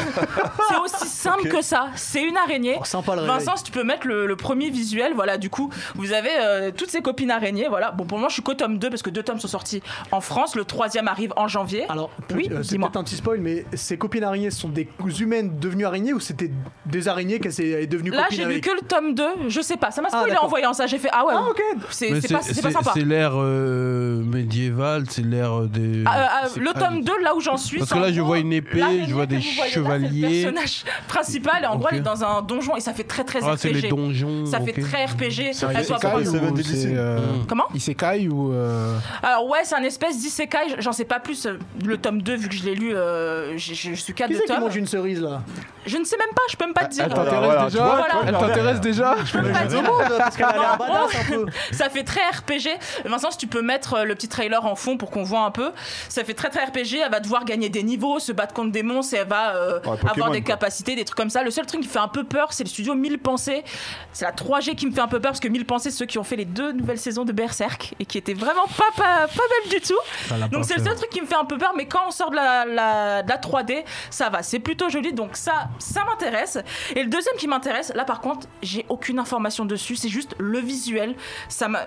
Speaker 5: c'est aussi simple que ça. C'est une araignée.
Speaker 1: Oh, sympa le réveil.
Speaker 5: Vincent, si tu peux mettre le, le premier visuel, voilà, du coup, vous avez euh, toutes ces copines araignées, voilà. Bon, pour le moment, je suis qu'au tome 2 parce que deux tomes sont sortis en France, le troisième arrive en janvier.
Speaker 1: Alors,
Speaker 5: Oui,
Speaker 1: euh, c'est
Speaker 5: dis-moi.
Speaker 1: peut-être un petit spoil, mais ces copines araignées sont des humaines devenues araignées ou c'était des araignées qu'elles étaient devenues
Speaker 5: Là,
Speaker 1: copines
Speaker 5: J'ai lu
Speaker 1: avec.
Speaker 5: que le tome 2, je sais pas. Ça m'a spoilé
Speaker 1: d'accord.
Speaker 5: en voyant ça. J'ai fait Ah ouais,
Speaker 1: Ah, ok.
Speaker 5: c'est
Speaker 3: Mais
Speaker 5: c'est pas, c'est pas sympa.
Speaker 3: c'est l'ère euh, médiévale, c'est l'ère des.
Speaker 5: Ah, euh, ah,
Speaker 3: c'est
Speaker 5: le
Speaker 3: pas-
Speaker 5: tome 2, là où j'en suis.
Speaker 3: Parce
Speaker 5: c'est
Speaker 3: que là,
Speaker 5: en
Speaker 3: je
Speaker 5: gros,
Speaker 3: vois une épée,
Speaker 5: l'araignée
Speaker 3: je vois
Speaker 5: que
Speaker 3: des
Speaker 5: vous voyez là,
Speaker 3: chevaliers.
Speaker 5: C'est le personnage principal, et en gros,
Speaker 3: Ok.
Speaker 5: elle est dans un donjon, et ça fait très très
Speaker 3: Ah, c'est les
Speaker 5: RPG.
Speaker 3: donjons.
Speaker 5: Ça
Speaker 3: ok.
Speaker 5: fait très RPG.
Speaker 4: C'est
Speaker 5: elle
Speaker 4: un
Speaker 5: soit
Speaker 2: Isekai
Speaker 5: pas- Mmh.
Speaker 4: Isekai
Speaker 2: c'est
Speaker 4: ou
Speaker 2: Vendélici.
Speaker 4: c'est. euh,
Speaker 5: Comment
Speaker 4: Isekai ou. euh,
Speaker 5: Alors ouais, c'est un espèce d'isekai, j'en sais pas plus. euh, Le tome 2, vu que je l'ai lu, euh, j'ai- je je suis qu'à
Speaker 1: Qui
Speaker 5: deux
Speaker 1: c'est qui
Speaker 5: tomes.
Speaker 1: mange une cerise là
Speaker 5: Je ne sais même pas, je peux même pas te dire.
Speaker 4: Elle t'intéresse
Speaker 2: Voilà, tu
Speaker 4: déjà
Speaker 2: vois,
Speaker 5: tu vois,
Speaker 4: Elle
Speaker 2: voilà.
Speaker 4: t'intéresse déjà
Speaker 5: Je peux même pas Bah,
Speaker 1: Je
Speaker 5: te dire.
Speaker 1: demande Bah, parce qu'elle a
Speaker 5: Non,
Speaker 1: l'air
Speaker 5: en gros,
Speaker 1: badass un
Speaker 5: (laughs)
Speaker 1: peu.
Speaker 5: Ça fait très RPG. Vincent, si tu peux mettre euh, le petit trailer en fond pour qu'on voit un peu. Ça fait très très RPG. Elle va devoir gagner des niveaux, se battre contre des monstres et elle va euh,
Speaker 2: Pokémon,
Speaker 5: avoir des
Speaker 2: quoi.
Speaker 5: capacités, des trucs comme ça. Le seul truc qui fait un peu peur, c'est le studio 1000 Pensées. C'est la 3G qui me fait un peu peur parce que 1000 Pensées, c'est ceux qui ont fait les deux nouvelles saisons de Berserk et qui étaient vraiment pas, pas, pas belles du tout.
Speaker 3: Ça l'a pas
Speaker 5: Donc c'est le
Speaker 3: fait.
Speaker 5: seul truc qui me fait un peu peur, mais quand on sort de la, la- de la 3D, ça va, c'est plutôt joli, donc ça, ça m'intéresse. Et le deuxième qui m'intéresse, là par contre, j'ai aucune information dessus, c'est juste le visuel. Ça m'a.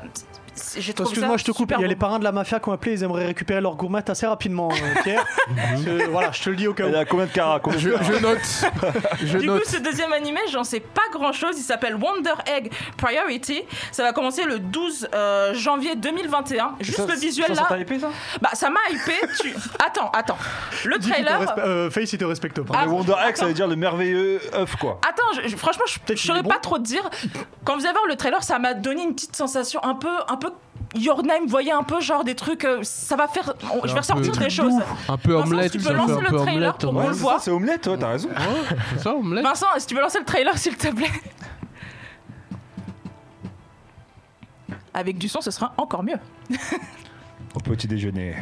Speaker 5: c'est- J'ai trouvé
Speaker 1: Excuse-moi,
Speaker 5: ça
Speaker 1: je te coupe.
Speaker 5: super
Speaker 1: Il y a
Speaker 5: beau.
Speaker 1: les parrains de la mafia qui ont appelé. Ils aimeraient récupérer leur gourmette assez rapidement, euh,
Speaker 5: (laughs)
Speaker 1: Pierre. Parce que, voilà, je te le dis au cas où.
Speaker 2: Elle a combien de carats combien de
Speaker 4: Je,
Speaker 2: carats
Speaker 4: je note. Je
Speaker 5: Du
Speaker 4: note.
Speaker 5: coup, ce deuxième animé, j'en sais pas grand chose. Il s'appelle Wonder Egg Priority. Ça va commencer le 12 euh, janvier 2021. Juste
Speaker 2: Ça,
Speaker 5: le
Speaker 2: ça,
Speaker 5: visuel
Speaker 2: ça
Speaker 5: là.
Speaker 2: t'a hypé, ça
Speaker 5: Bah, ça m'a hypé. tu... Attends, attends.
Speaker 1: (laughs)
Speaker 5: Le
Speaker 1: Dis qu'il te
Speaker 5: trailer.
Speaker 1: respe- euh, Faye, il te respecte pas.
Speaker 5: Ah,
Speaker 2: Le Wonder Egg, ça veut dire le merveilleux œuf, quoi.
Speaker 5: Attends, je- je- franchement, je,
Speaker 1: Peut-être
Speaker 5: je
Speaker 1: qu'il est
Speaker 5: saurais
Speaker 1: bon.
Speaker 5: pas trop te dire. Quand vous avez voir le trailer, ça m'a donné une petite sensation un peu, un peu Your Name. Vous voyez un peu genre des trucs. euh, ça va faire. on- je
Speaker 3: Un
Speaker 5: vais ressortir
Speaker 3: peu
Speaker 5: des choses.
Speaker 3: Un peu
Speaker 5: Vincent,
Speaker 3: omelette,
Speaker 5: tu peux
Speaker 3: ça fait
Speaker 5: lancer
Speaker 3: un
Speaker 5: le
Speaker 3: peu
Speaker 5: trailer
Speaker 3: omelette.
Speaker 5: pour
Speaker 3: ouais.
Speaker 5: On le voit.
Speaker 2: C'est omelette, ouais, t'as raison.
Speaker 3: Ouais, c'est ça, omelette.
Speaker 5: Vincent, si tu veux lancer le trailer, s'il te plaît. Avec du son, ce sera encore mieux.
Speaker 2: Au petit déjeuner.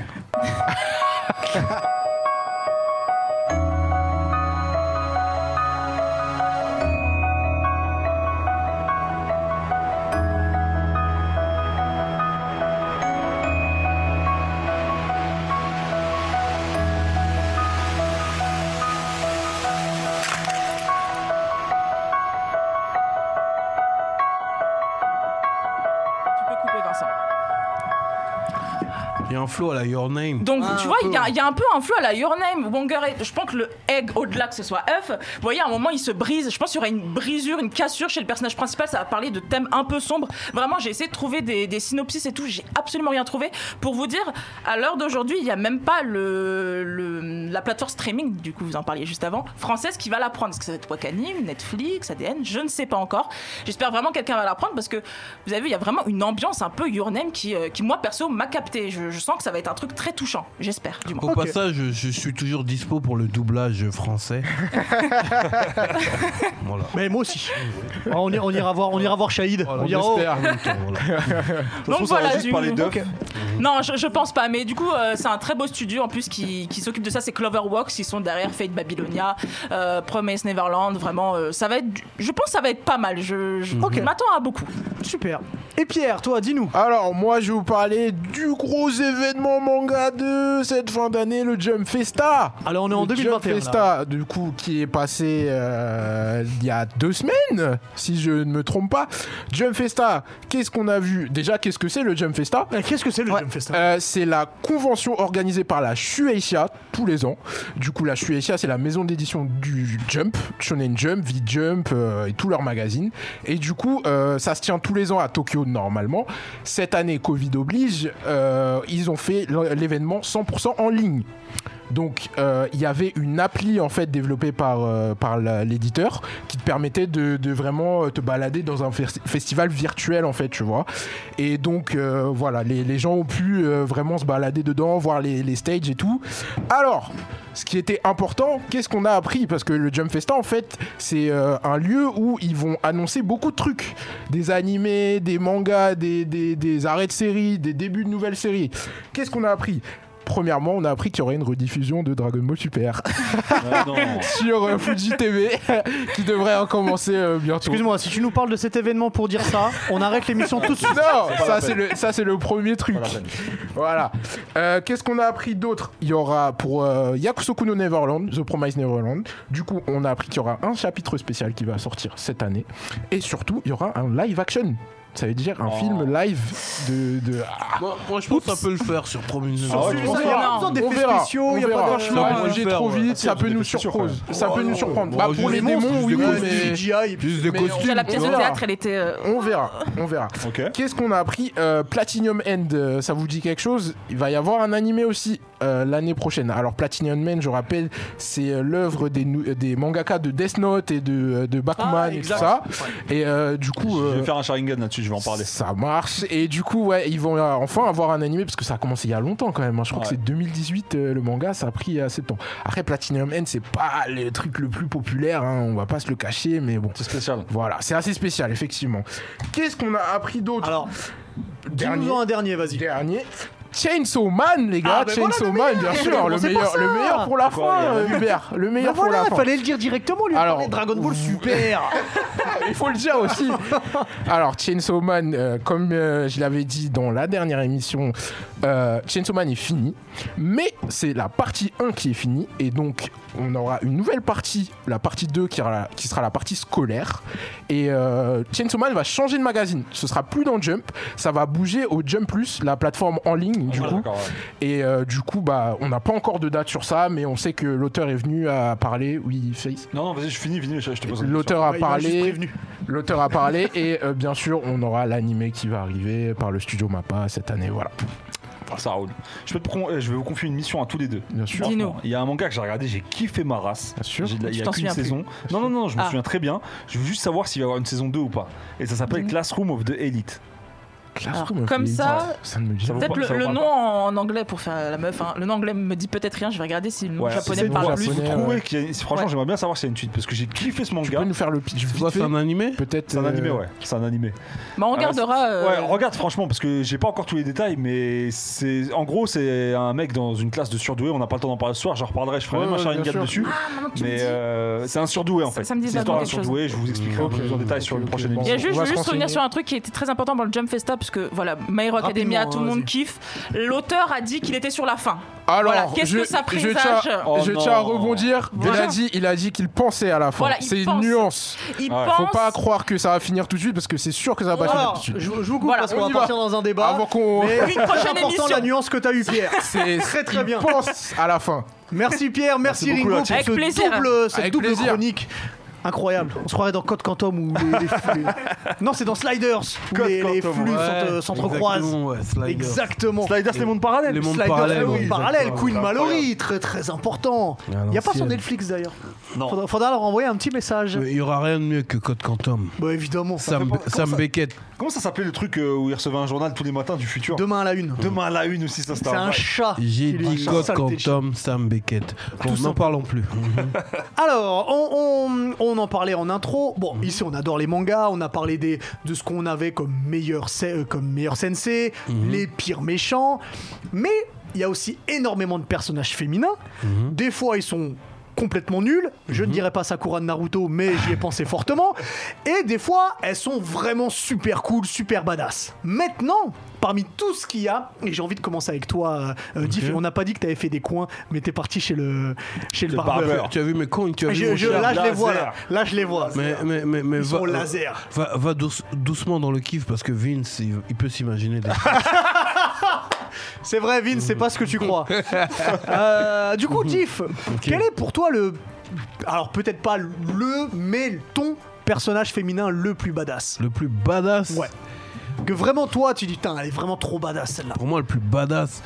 Speaker 5: Tu peux couper, Vincent.
Speaker 3: Il y a un flow à la Your
Speaker 4: Mm.
Speaker 3: Name.
Speaker 5: Donc,
Speaker 1: Ah,
Speaker 5: tu
Speaker 1: un
Speaker 5: vois, il y, a-
Speaker 1: peu.
Speaker 5: il y a un peu un flou à la Your Name, Wonger Egg. Je pense que le egg, au-delà que ce soit œuf, vous voyez, à un moment, il se brise. Je pense qu'il y aurait une brisure, une cassure chez le personnage principal. Ça va parler de thèmes un peu sombres. Vraiment, j'ai essayé de trouver des, des synopsis et tout. J'ai absolument rien trouvé. Pour vous dire, à l'heure d'aujourd'hui, il n'y a même pas le, le- la plateforme streaming, du coup, vous en parliez juste avant, française qui va la prendre. Est-ce que ça va être Wakanim, Netflix, ADN Je ne sais pas encore. J'espère vraiment que quelqu'un va la prendre parce que vous avez vu, il y a vraiment une ambiance un peu Your Name qui, euh, qui moi, perso, m'a capté. Je, je sens que ça va être un truc très touchant. J'espère, du moins.
Speaker 3: Au passage, je, je suis toujours dispo pour le doublage
Speaker 4: (laughs)
Speaker 3: français. voilà.
Speaker 1: Mais moi aussi. Ah, on, i- on ira voir, on ira voir Shahid.
Speaker 3: Voilà,
Speaker 1: on dira, oh,
Speaker 4: J'espère.
Speaker 3: En même temps, voilà.
Speaker 2: De toute façon, ça
Speaker 5: voilà,
Speaker 2: va juste
Speaker 5: du-
Speaker 2: parler d'œuf.
Speaker 5: ok. Non, je, je pense pas. Mais du coup, euh, c'est un très beau studio en plus qui, qui s'occupe de ça. C'est Cloverworks. Ils sont derrière Fate Babylonia, euh, Promise Neverland. Vraiment, euh, ça va être. du- Je pense que ça va être pas mal. Je, je
Speaker 1: Ok.
Speaker 5: m'attends à beaucoup.
Speaker 1: super. Et Pierre, toi, dis-nous.
Speaker 4: (laughs) Alors, moi, je vais vous parler du gros événement manga de cette fin d'année, le Jump Festa.
Speaker 1: Alors, on est en
Speaker 4: Le Jump
Speaker 1: 2021. là.
Speaker 4: Festa, du coup, qui est passé euh, il y a deux semaines, si je ne me trompe pas. Jump Festa, qu'est-ce qu'on a vu Déjà, qu'est-ce que c'est le Jump Festa
Speaker 1: Euh, Qu'est-ce que c'est le
Speaker 4: Ouais.
Speaker 1: Jump Festa
Speaker 4: Euh, c'est la convention organisée par la Shueisha tous les ans. Du coup, la Shueisha, c'est la maison d'édition du Jump, Shonen Jump, V-Jump euh, et tous leurs magazines. Et du coup, euh, ça se tient tous les ans à Tokyo normalement. Cette année, Covid oblige, euh, ils ont fait l- l'événement 100% en ligne. Donc, euh, il y avait une appli en fait développée par, euh, par la- l'éditeur qui te permettait de, de vraiment euh, te balader dans un fes- festival virtuel en fait, tu vois. Et donc, euh, voilà, les, les gens ont pu euh, vraiment se balader dedans, voir les, les stages et tout. Alors, ce qui était important, qu'est-ce qu'on a appris Parce que le Jump Festa, en fait, c'est euh, un lieu où ils vont annoncer beaucoup de trucs. Des animés, des mangas, des, des- des arrêts de série, des débuts de nouvelles séries. Qu'est-ce qu'on a appris Premièrement, on a appris qu'il y aurait une rediffusion de Dragon Ball Super (laughs)
Speaker 2: Ah, non.
Speaker 4: sur euh, Fuji TV (laughs) qui devrait en commencer euh, bientôt.
Speaker 1: Excuse-moi, si tu nous parles de cet événement pour dire ça, on arrête l'émission tout de suite.
Speaker 4: Non,
Speaker 2: pas la
Speaker 4: ça c'est le ça c'est le premier truc. (laughs) Voilà. Euh, Qu'est-ce qu'on a appris d'autre Il y aura pour euh, Yakusoku no Neverland, The Promise Neverland. Du coup, on a appris qu'il y aura un chapitre spécial qui va sortir cette année, et surtout, il y aura un live action Ça veut dire un film live de. de- Ah,
Speaker 3: Moi, moi, je pense qu'on peut le faire sur Promis.
Speaker 2: Ah ouais,
Speaker 1: Il
Speaker 2: tu
Speaker 1: y a
Speaker 2: penses
Speaker 1: pas
Speaker 5: Non.
Speaker 1: besoin d'effets
Speaker 4: on verra.
Speaker 1: spéciaux, il y a
Speaker 4: on
Speaker 1: pas
Speaker 4: verra.
Speaker 1: de
Speaker 4: Ça
Speaker 3: Ouais,
Speaker 4: va
Speaker 3: ouais,
Speaker 4: bouger
Speaker 3: faire,
Speaker 4: trop
Speaker 3: ouais.
Speaker 4: vite, euh, ça peut
Speaker 2: des
Speaker 4: nous
Speaker 2: effets sûrs,
Speaker 4: surprendre.
Speaker 2: quand
Speaker 4: Ça peut
Speaker 3: Ouais,
Speaker 4: nous
Speaker 3: ouais,
Speaker 4: surprendre.
Speaker 3: ouais.
Speaker 4: Bah,
Speaker 3: Ouais,
Speaker 4: pour
Speaker 3: juste
Speaker 4: les
Speaker 3: des
Speaker 4: démons,
Speaker 3: monstres,
Speaker 4: oui,
Speaker 3: juste des
Speaker 4: mais.
Speaker 1: CGI et puis-
Speaker 3: Juste des
Speaker 4: Mais
Speaker 3: costumes.
Speaker 5: Déjà, la pièce
Speaker 4: on
Speaker 5: de
Speaker 4: verra.
Speaker 5: théâtre, elle était. euh,
Speaker 4: On verra, on verra.
Speaker 2: Ok.
Speaker 4: Qu'est-ce qu'on a appris Euh, Platinum End, euh, ça vous dit quelque chose Il va y avoir un animé aussi euh, l'année prochaine. Alors Platinum End, je rappelle, c'est euh, l'œuvre des, nou- euh, des mangaka de Death Note et de, euh, de Bakuman et tout
Speaker 1: Ah, exact.
Speaker 4: ça. Et euh, du coup...
Speaker 2: Je
Speaker 4: euh,
Speaker 2: vais faire un Sharingan là-dessus, je vais en parler.
Speaker 4: Ça marche. Et du coup, ouais, ils vont euh, enfin avoir un animé parce que ça a commencé il y a longtemps quand même. hein. Je crois que
Speaker 2: Ouais.
Speaker 4: c'est 2018 euh, le manga, ça a pris assez de temps. Après, Platinum End, c'est pas le truc le plus populaire, hein, on va pas se le cacher, mais bon.
Speaker 2: C'est spécial.
Speaker 4: Voilà, c'est assez spécial, effectivement. Qu'est-ce qu'on a appris
Speaker 1: (laughs)
Speaker 4: d'autre
Speaker 1: Alors,
Speaker 4: dernier,
Speaker 1: dis-nous un dernier, vas-y.
Speaker 4: dernier. Chainsaw Man, les gars,
Speaker 1: Ah, ben
Speaker 4: Chainsaw
Speaker 1: voilà,
Speaker 4: Man, bien
Speaker 1: meilleur. (laughs)
Speaker 4: sûr, le
Speaker 1: C'est pour
Speaker 4: meilleur,
Speaker 1: ça.
Speaker 4: le meilleur pour la
Speaker 2: Pourquoi,
Speaker 4: fin,
Speaker 2: il y en a
Speaker 4: euh, Hubert, le meilleur
Speaker 1: Ben
Speaker 4: pour
Speaker 1: voilà,
Speaker 4: la
Speaker 1: il
Speaker 4: fin.
Speaker 1: fallait le dire directement, lui
Speaker 4: Alors,
Speaker 1: parler de Dragon Ball Super
Speaker 4: Il faut le dire aussi. Alors, Chainsaw Man, euh, comme euh, je l'avais dit dans la dernière émission, euh, Chainsaw Man est fini. Mais c'est la partie 1 qui est finie. Et donc, on aura une nouvelle partie, la partie 2 qui, aura- qui sera la partie scolaire. Et euh, Chainsaw Man va changer de magazine. Ce sera plus dans Jump. Ça va bouger au Jump Plus, la plateforme en ligne, du
Speaker 2: Ah,
Speaker 4: coup.
Speaker 2: d'accord, ouais.
Speaker 4: Et euh, du coup, bah, on n'a pas encore de date sur ça, mais on sait que l'auteur est venu à parler. Oui, Face.
Speaker 2: Non, non, vas-y, je finis, finis, je je te pose une
Speaker 4: L'auteur a
Speaker 1: Ouais, Bah, il m'a juste
Speaker 4: parlé.
Speaker 1: prévenu.
Speaker 4: L'auteur a parlé (laughs) et euh, bien sûr on aura l'animé qui va arriver par le studio Mappa cette année, voilà.
Speaker 2: question. Ah, Ça roule. Je, peux te con- euh, je vais vous confier une mission à tous les deux.
Speaker 4: Bien sûr.
Speaker 5: Dis-nous.
Speaker 2: Franchement, Il y a un manga que j'ai regardé, j'ai kiffé ma race.
Speaker 4: Bien sûr.
Speaker 2: J'ai de la- Il y
Speaker 5: Tu
Speaker 2: a
Speaker 5: t'en
Speaker 2: qu'une
Speaker 5: souviens plus.
Speaker 2: saison. Non, non, non, je me
Speaker 5: Ah.
Speaker 2: souviens très bien. Je veux juste savoir s'il va y avoir une saison 2 ou pas. Et ça s'appelle
Speaker 5: Mhm.
Speaker 2: Classroom of the Elite.
Speaker 4: Classroom of
Speaker 5: comme
Speaker 4: Elite,
Speaker 5: ça,
Speaker 4: ça ne me dit
Speaker 2: ça
Speaker 4: rien.
Speaker 2: vous
Speaker 5: Peut-être
Speaker 2: parle-
Speaker 5: le,
Speaker 2: ça vous
Speaker 5: le
Speaker 2: parle
Speaker 5: nom en, en anglais pour faire la meuf. hein. Le nom anglais me dit peut-être rien. Je vais regarder si le nom
Speaker 2: Ouais,
Speaker 5: japonais
Speaker 4: c'est
Speaker 5: me parle
Speaker 4: bon,
Speaker 5: plus.
Speaker 4: japonais.
Speaker 2: Vous
Speaker 4: Ouais,
Speaker 2: trouvez
Speaker 4: ouais.
Speaker 2: qu'il y a une- Franchement,
Speaker 5: Ouais.
Speaker 2: j'aimerais bien savoir s'il y a une suite parce que j'ai kiffé ce
Speaker 4: Tu
Speaker 2: manga.
Speaker 4: peux nous faire le pitch
Speaker 3: Tu
Speaker 4: vite
Speaker 3: vois, c'est
Speaker 4: fait
Speaker 3: un animé
Speaker 4: Peut-être.
Speaker 2: C'est un
Speaker 4: euh,
Speaker 2: animé, ouais. C'est un animé.
Speaker 5: Bah, on regardera. euh,
Speaker 2: Ouais, regarde franchement parce que j'ai pas encore tous les détails, mais c'est en gros c'est un mec dans une classe de surdoués. On n'a pas le temps d'en parler ce soir. J'en reparlerai. Je ferai
Speaker 4: Ouais,
Speaker 2: même un
Speaker 4: ouais,
Speaker 2: Sharingan
Speaker 4: bien sûr.
Speaker 2: dessus.
Speaker 5: Ah, maintenant que tu me
Speaker 2: Mais
Speaker 5: dis.
Speaker 2: euh, c'est un surdoué en
Speaker 5: Ça-
Speaker 2: fait.
Speaker 5: ça me dit
Speaker 2: C'est l'histoire
Speaker 5: vaguement
Speaker 2: d'un
Speaker 5: quelque chose.
Speaker 2: surdoué. Je vous expliquerai
Speaker 4: Ok,
Speaker 2: plus en détail sur une
Speaker 4: ok,
Speaker 2: prochaine
Speaker 4: ok.
Speaker 5: Il y a
Speaker 2: émission.
Speaker 5: juste,
Speaker 4: on
Speaker 5: je
Speaker 4: va
Speaker 5: veux
Speaker 4: se
Speaker 5: juste revenir
Speaker 4: renseigner.
Speaker 5: sur un truc qui était très important dans le Jump Festa, parce que voilà, My Hero Academia,
Speaker 3: Rapidement,
Speaker 5: tout le
Speaker 3: vas-y.
Speaker 5: monde kiffe. L'auteur a dit qu'il était sur la fin.
Speaker 4: Alors,
Speaker 5: Voilà, qu'est-ce
Speaker 4: je-
Speaker 5: que ça
Speaker 4: je
Speaker 5: présage
Speaker 4: tiens,
Speaker 2: Oh
Speaker 4: je
Speaker 2: non.
Speaker 4: tiens à rebondir. Il
Speaker 5: Voilà.
Speaker 4: a dit, il a dit qu'il pensait à la fin.
Speaker 5: Voilà, il
Speaker 4: c'est une
Speaker 5: pense.
Speaker 4: nuance.
Speaker 5: Il
Speaker 2: Ouais.
Speaker 5: pense.
Speaker 4: Faut pas croire que ça va finir tout de suite parce que c'est sûr que ça va pas finir
Speaker 1: Alors,
Speaker 4: tout de
Speaker 1: je,
Speaker 4: suite.
Speaker 1: je vous coupe
Speaker 5: Voilà,
Speaker 1: parce
Speaker 4: on
Speaker 1: qu'on va
Speaker 4: y va.
Speaker 1: partir dans un débat.
Speaker 4: Avant qu'on (laughs)
Speaker 1: Mais
Speaker 5: Une prochaine
Speaker 1: c'est important
Speaker 5: émission.
Speaker 1: la nuance que t'as eu, Pierre.
Speaker 4: c'est
Speaker 1: Très, très bien.
Speaker 4: pense à la fin.
Speaker 1: Merci Pierre, merci,
Speaker 2: Merci beaucoup,
Speaker 1: Ringo
Speaker 2: la
Speaker 1: pour
Speaker 5: team.
Speaker 1: ce
Speaker 5: Avec plaisir.
Speaker 1: double, cette
Speaker 4: Avec
Speaker 1: double
Speaker 4: plaisir.
Speaker 1: chronique. Incroyable. On se croirait dans Code Quantum ou les, les flux. Non, c'est dans Sliders où
Speaker 2: Code
Speaker 1: les, les
Speaker 2: Quantum,
Speaker 1: flux
Speaker 3: Ouais,
Speaker 1: s'ent- euh, s'entrecroisent.
Speaker 3: exactement, ouais, Slider.
Speaker 1: Exactement.
Speaker 2: Sliders les mondes parallèles.
Speaker 3: Les mondes
Speaker 1: Sliders,
Speaker 3: parallèles,
Speaker 1: les mondes
Speaker 3: ouais,
Speaker 1: parallèles.
Speaker 3: exactement. Ah,
Speaker 1: Queen Mallory, très très important.
Speaker 3: À
Speaker 1: Il n'y a pas sur
Speaker 3: l'ancienne.
Speaker 1: Netflix d'ailleurs.
Speaker 2: Non.
Speaker 1: Faudra, faudra leur envoyer un petit message.
Speaker 3: Mais Il y aura rien de mieux que Code Quantum.
Speaker 1: Bah évidemment.
Speaker 3: Sam,
Speaker 2: pas- comment
Speaker 3: Sam
Speaker 2: ça-
Speaker 3: Beckett.
Speaker 2: Comment ça s'appelait le truc euh, où il recevait un journal tous les matins du futur
Speaker 1: Demain à la une.
Speaker 2: Demain Bah, à la une aussi ça c'était
Speaker 1: C'est un
Speaker 2: vrai.
Speaker 1: chat.
Speaker 3: J'ai
Speaker 1: qui lui-
Speaker 3: dit Code
Speaker 1: saleté de chat.
Speaker 3: Quantum, Sam Beckett. Bon,
Speaker 1: Tout
Speaker 3: n'en
Speaker 1: simple.
Speaker 3: parlons plus.
Speaker 1: Alors, on, on- on en parlait en intro. Bon, ici, on adore les mangas. On a parlé des, de ce qu'on avait comme meilleur, se- euh, comme meilleur sensei, les pires méchants. Mais il y a aussi énormément de personnages féminins. Des fois, ils sont complètement nuls. Je ne dirais pas Sakura de Naruto, mais j'y ai pensé fortement. Et des fois, elles sont vraiment super cool, super badass. Maintenant, parmi tout ce qu'il y a, et j'ai envie de commencer avec toi, euh, Diff, on n'a pas dit que tu avais fait des coins, mais t'es parti chez le, chez le,
Speaker 2: Le
Speaker 1: barbeur.
Speaker 2: barbeur.
Speaker 3: tu as vu mes cons tu as vu
Speaker 1: Je,
Speaker 3: mon
Speaker 1: je-
Speaker 3: chat
Speaker 1: là, je les
Speaker 2: Laser.
Speaker 1: vois, là. Là, je les vois.
Speaker 3: Mais, mais, mais, mais
Speaker 1: Ils
Speaker 3: va,
Speaker 1: sont au laser.
Speaker 3: va, va douce- doucement dans le kiff parce que Vince, il, il peut s'imaginer des
Speaker 1: C'est vrai, Vin, c'est pas ce que tu
Speaker 2: (laughs)
Speaker 1: crois. Euh, du
Speaker 2: Mhm.
Speaker 1: coup, Tiff, quel est pour toi le. Alors, peut-être pas le, mais ton personnage féminin le plus badass
Speaker 3: Le plus badass.
Speaker 1: Ouais. Que vraiment, toi, tu dis, putain, elle est vraiment trop badass celle-là.
Speaker 3: Pour moi, le plus badass.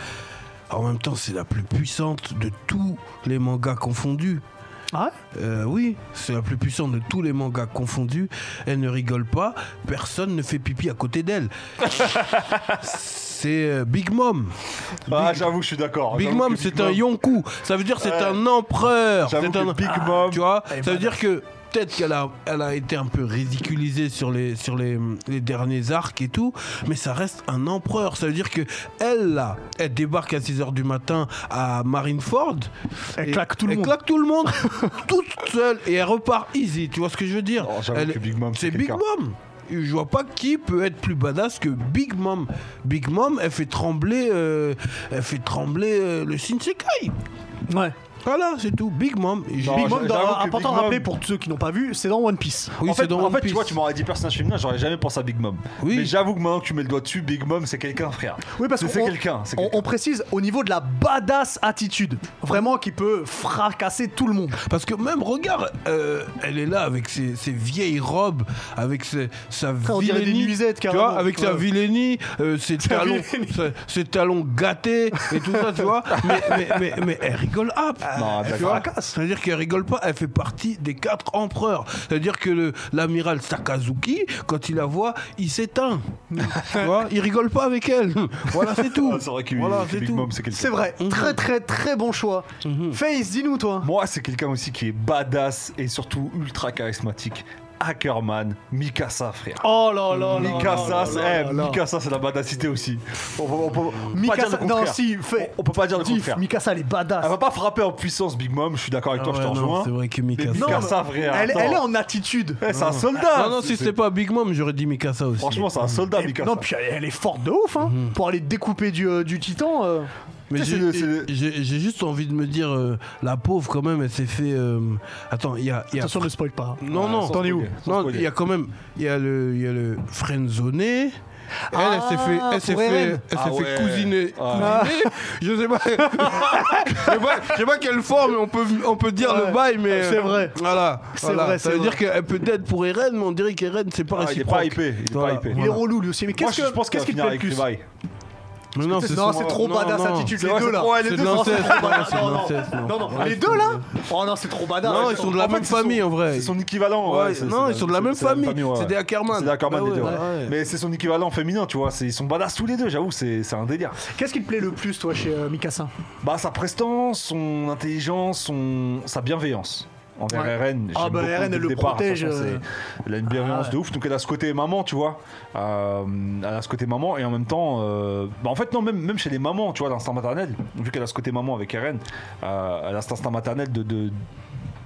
Speaker 3: En même temps, c'est la plus puissante de tous les mangas confondus.
Speaker 1: Ah ouais
Speaker 3: Euh, oui, c'est la plus puissante de tous les mangas confondus. Elle ne rigole pas. Personne ne fait pipi à
Speaker 2: (laughs)
Speaker 3: côté d'elle. c'est euh, Big Mom.
Speaker 2: Ah j'avoue je suis d'accord.
Speaker 3: Big
Speaker 2: J'avoue
Speaker 3: Mom,
Speaker 2: que
Speaker 3: c'est un Yonkou. Ça veut dire c'est un empereur.
Speaker 2: J'avoue
Speaker 3: C'est
Speaker 2: que
Speaker 3: un Ah,
Speaker 2: Big Mom-
Speaker 3: Tu vois,
Speaker 1: Elle est
Speaker 3: ça veut dire que peut-être qu'elle a, elle a été un peu ridiculisée sur les sur les, les derniers arcs et tout, mais ça reste un empereur. Ça veut dire que elle là, elle débarque à 6 h du matin à Marineford.
Speaker 1: Elle
Speaker 3: et-
Speaker 1: claque tout le
Speaker 3: elle
Speaker 1: monde.
Speaker 3: claque tout le
Speaker 1: (laughs)
Speaker 3: monde, toute seule et elle repart easy. Tu vois ce que je veux dire
Speaker 2: Oh, j'avoue
Speaker 3: Elle-
Speaker 2: que Big Mom, c'est
Speaker 3: c'est Big
Speaker 2: quelqu'un.
Speaker 3: Mom. Je vois pas qui peut être plus badass que Big Mom. Big Mom, elle fait trembler, euh, elle fait trembler euh, le Shinsekai.
Speaker 1: Ouais.
Speaker 3: Voilà, c'est tout. Big Mom. Et j'ai-
Speaker 2: Non,
Speaker 3: Big
Speaker 1: Big
Speaker 3: Mom.
Speaker 1: Mom,
Speaker 2: Oh, j'avoue
Speaker 1: dans-
Speaker 2: que
Speaker 1: important
Speaker 2: Big
Speaker 1: de rappeler
Speaker 2: Mom-
Speaker 1: pour ceux qui n'ont pas vu, c'est dans One Piece.
Speaker 3: Oui,
Speaker 2: en
Speaker 3: c'est
Speaker 2: fait,
Speaker 3: dans
Speaker 2: en
Speaker 3: One
Speaker 2: fait, tu vois,
Speaker 3: Piece.
Speaker 2: tu m'aurais dit personnage féminin, j'aurais jamais pensé à Big Mom.
Speaker 3: Oui.
Speaker 2: Mais j'avoue que maintenant que tu mets le doigt dessus, Big Mom, c'est quelqu'un, frère.
Speaker 1: Oui, parce
Speaker 2: C'est-
Speaker 1: que
Speaker 2: c'est quelqu'un. c'est
Speaker 1: on,
Speaker 2: quelqu'un.
Speaker 1: on précise au niveau de la badass attitude, vraiment qui peut fracasser tout le monde.
Speaker 3: Parce que même, regarde, euh, elle est là avec ses, ses vieilles robes, avec ses- sa
Speaker 1: on dirait des
Speaker 3: vilainie,
Speaker 1: nuisettes,
Speaker 3: tu
Speaker 1: carrément.
Speaker 3: vois, avec sa
Speaker 1: Ouais.
Speaker 3: vilainie, euh, ses, talons,
Speaker 1: vilainie.
Speaker 3: ses, ses talons gâtés et tout ça,
Speaker 2: (laughs)
Speaker 3: tu vois. Mais, mais, mais, mais elle rigole hop.
Speaker 2: Non,
Speaker 3: Tu
Speaker 2: d'accord.
Speaker 3: vois, C'est-à-dire qu'elle rigole pas, elle fait partie des quatre empereurs. C'est-à-dire que le- l'amiral Sakazuki, quand il la voit, il
Speaker 2: (laughs)
Speaker 3: s'éteint. tu vois, il rigole pas avec elle. Voilà, c'est tout.
Speaker 2: Ah, c'est vrai que
Speaker 3: voilà,
Speaker 2: que
Speaker 3: c'est
Speaker 2: Big
Speaker 3: tout.
Speaker 2: Mom, c'est quelqu'un.
Speaker 1: C'est vrai, très très très bon choix.
Speaker 2: Mhm.
Speaker 1: Face, dis-nous toi.
Speaker 2: Moi, c'est quelqu'un aussi qui est badass et surtout ultra charismatique. Ackerman, Mikasa, frère.
Speaker 1: Oh là là là
Speaker 2: Mikasa,
Speaker 1: là
Speaker 2: c'est-
Speaker 1: là
Speaker 2: eh,
Speaker 1: là là.
Speaker 2: Mikasa, c'est la badassité aussi. On peut, on peut- on peut pas dire
Speaker 1: Mikasa,
Speaker 2: le
Speaker 1: non,
Speaker 2: contraire.
Speaker 1: si, fait.
Speaker 2: On, on peut pas dire le
Speaker 1: Diff,
Speaker 2: contraire. Ah,
Speaker 1: Mikasa, elle est badass.
Speaker 2: Elle va pas frapper en puissance, Big Mom. Je suis d'accord avec
Speaker 3: Ah
Speaker 2: toi, je te
Speaker 3: ouais, non,
Speaker 2: rejoins.
Speaker 3: C'est vrai que Mikasa.
Speaker 2: Mais
Speaker 1: Non,
Speaker 2: Mikasa,
Speaker 1: mais
Speaker 2: frère.
Speaker 1: elle,
Speaker 2: attends.
Speaker 1: elle est en
Speaker 2: (laughs)
Speaker 1: attitude.
Speaker 2: Eh, c'est un soldat.
Speaker 3: Non, non, si
Speaker 2: C'est-
Speaker 3: c'était pas Big Mom, j'aurais dit Mikasa aussi.
Speaker 2: Franchement, c'est un soldat,
Speaker 1: Et-
Speaker 2: Ah, Mikasa. Mhm.
Speaker 1: non, puis elle, elle est forte de ouf, hein, pour aller découper du, euh, du titan. euh.
Speaker 3: Mais
Speaker 2: Tu sais,
Speaker 3: j'ai-
Speaker 2: c'est le- c'est le-
Speaker 3: j'ai j'ai juste envie de me dire, euh, la pauvre quand même, elle s'est fait. euh, Attends, il y a. il y a-
Speaker 1: Attention, ne spoil pas. hein.
Speaker 3: Non, non.
Speaker 2: Sans spoiler,
Speaker 1: où
Speaker 2: sans
Speaker 3: Non,
Speaker 2: spoiler.
Speaker 3: il y a quand même. Il y a le, il y a le friendzoné. Elle, elle s'est fait, elle s'est
Speaker 1: pour
Speaker 3: fait,
Speaker 1: Eren.
Speaker 3: elle s'est
Speaker 2: Ah
Speaker 3: fait
Speaker 2: ouais.
Speaker 3: cousiner.
Speaker 2: Ah.
Speaker 3: cousiner. Je sais pas, je sais pas, je sais pas quelle forme on peut, on peut dire
Speaker 1: Ouais.
Speaker 3: le bail, mais euh,
Speaker 1: C'est vrai.
Speaker 3: Voilà,
Speaker 1: C'est
Speaker 3: voilà.
Speaker 1: vrai,
Speaker 3: Ça
Speaker 1: c'est
Speaker 3: veut dire
Speaker 1: vrai.
Speaker 3: qu'elle peut être pour Eren, mais on dirait qu'Eren c'est pas
Speaker 2: Ah, il est
Speaker 3: réciproque.
Speaker 2: pas hypé. Il est
Speaker 3: Voilà.
Speaker 2: pas hypé.
Speaker 1: Il est relou lui aussi, mais
Speaker 2: Moi,
Speaker 1: qu'est-ce
Speaker 2: je
Speaker 1: que
Speaker 2: pense
Speaker 1: qu'est-ce
Speaker 2: qu'il
Speaker 1: qui te
Speaker 2: finira
Speaker 1: plaît le
Speaker 2: avec
Speaker 1: plus
Speaker 2: Levi.
Speaker 3: Mais non, c'est
Speaker 1: Non,
Speaker 3: son-
Speaker 1: c'est trop
Speaker 3: non,
Speaker 1: badass
Speaker 3: non.
Speaker 1: attitude,
Speaker 2: C'est
Speaker 1: les
Speaker 2: vrai,
Speaker 1: deux
Speaker 2: c'est
Speaker 1: là.
Speaker 2: trop- ouais, les
Speaker 3: C'est
Speaker 2: deux
Speaker 3: de
Speaker 2: sont-
Speaker 3: l'inceste.
Speaker 1: trop
Speaker 3: non,
Speaker 1: badass.
Speaker 3: c'est de
Speaker 1: Non, non.
Speaker 3: l'inceste, non.
Speaker 1: Non, non,
Speaker 3: Ouais,
Speaker 1: les
Speaker 3: c'est-
Speaker 1: deux là Oh non, c'est trop badass.
Speaker 3: Non, ils sont de la
Speaker 2: En fait,
Speaker 3: même
Speaker 2: c'est son-
Speaker 3: famille en vrai.
Speaker 2: C'est son équivalent.
Speaker 3: Ouais,
Speaker 2: c'est-
Speaker 3: non,
Speaker 2: c'est
Speaker 3: ils sont de la
Speaker 2: c'est-
Speaker 3: même
Speaker 2: c'est la
Speaker 3: famille.
Speaker 2: ouais.
Speaker 3: C'est des Ackerman.
Speaker 2: C'est des Ackerman,
Speaker 3: Bah
Speaker 2: les deux,
Speaker 3: ouais,
Speaker 2: ouais.
Speaker 3: ouais.
Speaker 2: Mais c'est son équivalent féminin, tu vois. c'est- Ils sont badass tous les deux, j'avoue, c'est c'est un délire.
Speaker 1: Qu'est-ce qui te plaît le plus, toi, chez euh, Mikasa
Speaker 2: Bah, sa prestance, son intelligence, son... sa bienveillance. Envers
Speaker 1: Ouais.
Speaker 2: Eren,
Speaker 1: Ah,
Speaker 2: j'aime
Speaker 1: bah,
Speaker 2: beaucoup
Speaker 1: Eren, elle
Speaker 2: dès
Speaker 1: le
Speaker 2: départ.
Speaker 1: protège,
Speaker 2: Franchement,
Speaker 1: euh.
Speaker 2: c'est- Elle a une bienveillance
Speaker 1: Ah,
Speaker 2: de ouf, donc elle a ce côté maman, tu vois. Euh, elle a ce côté maman, et en même temps, euh, bah, en fait, non, même, même chez les mamans, tu vois, l'instinct maternel, vu qu'elle a ce côté maman avec Eren, euh, elle a cet instinct maternel de. de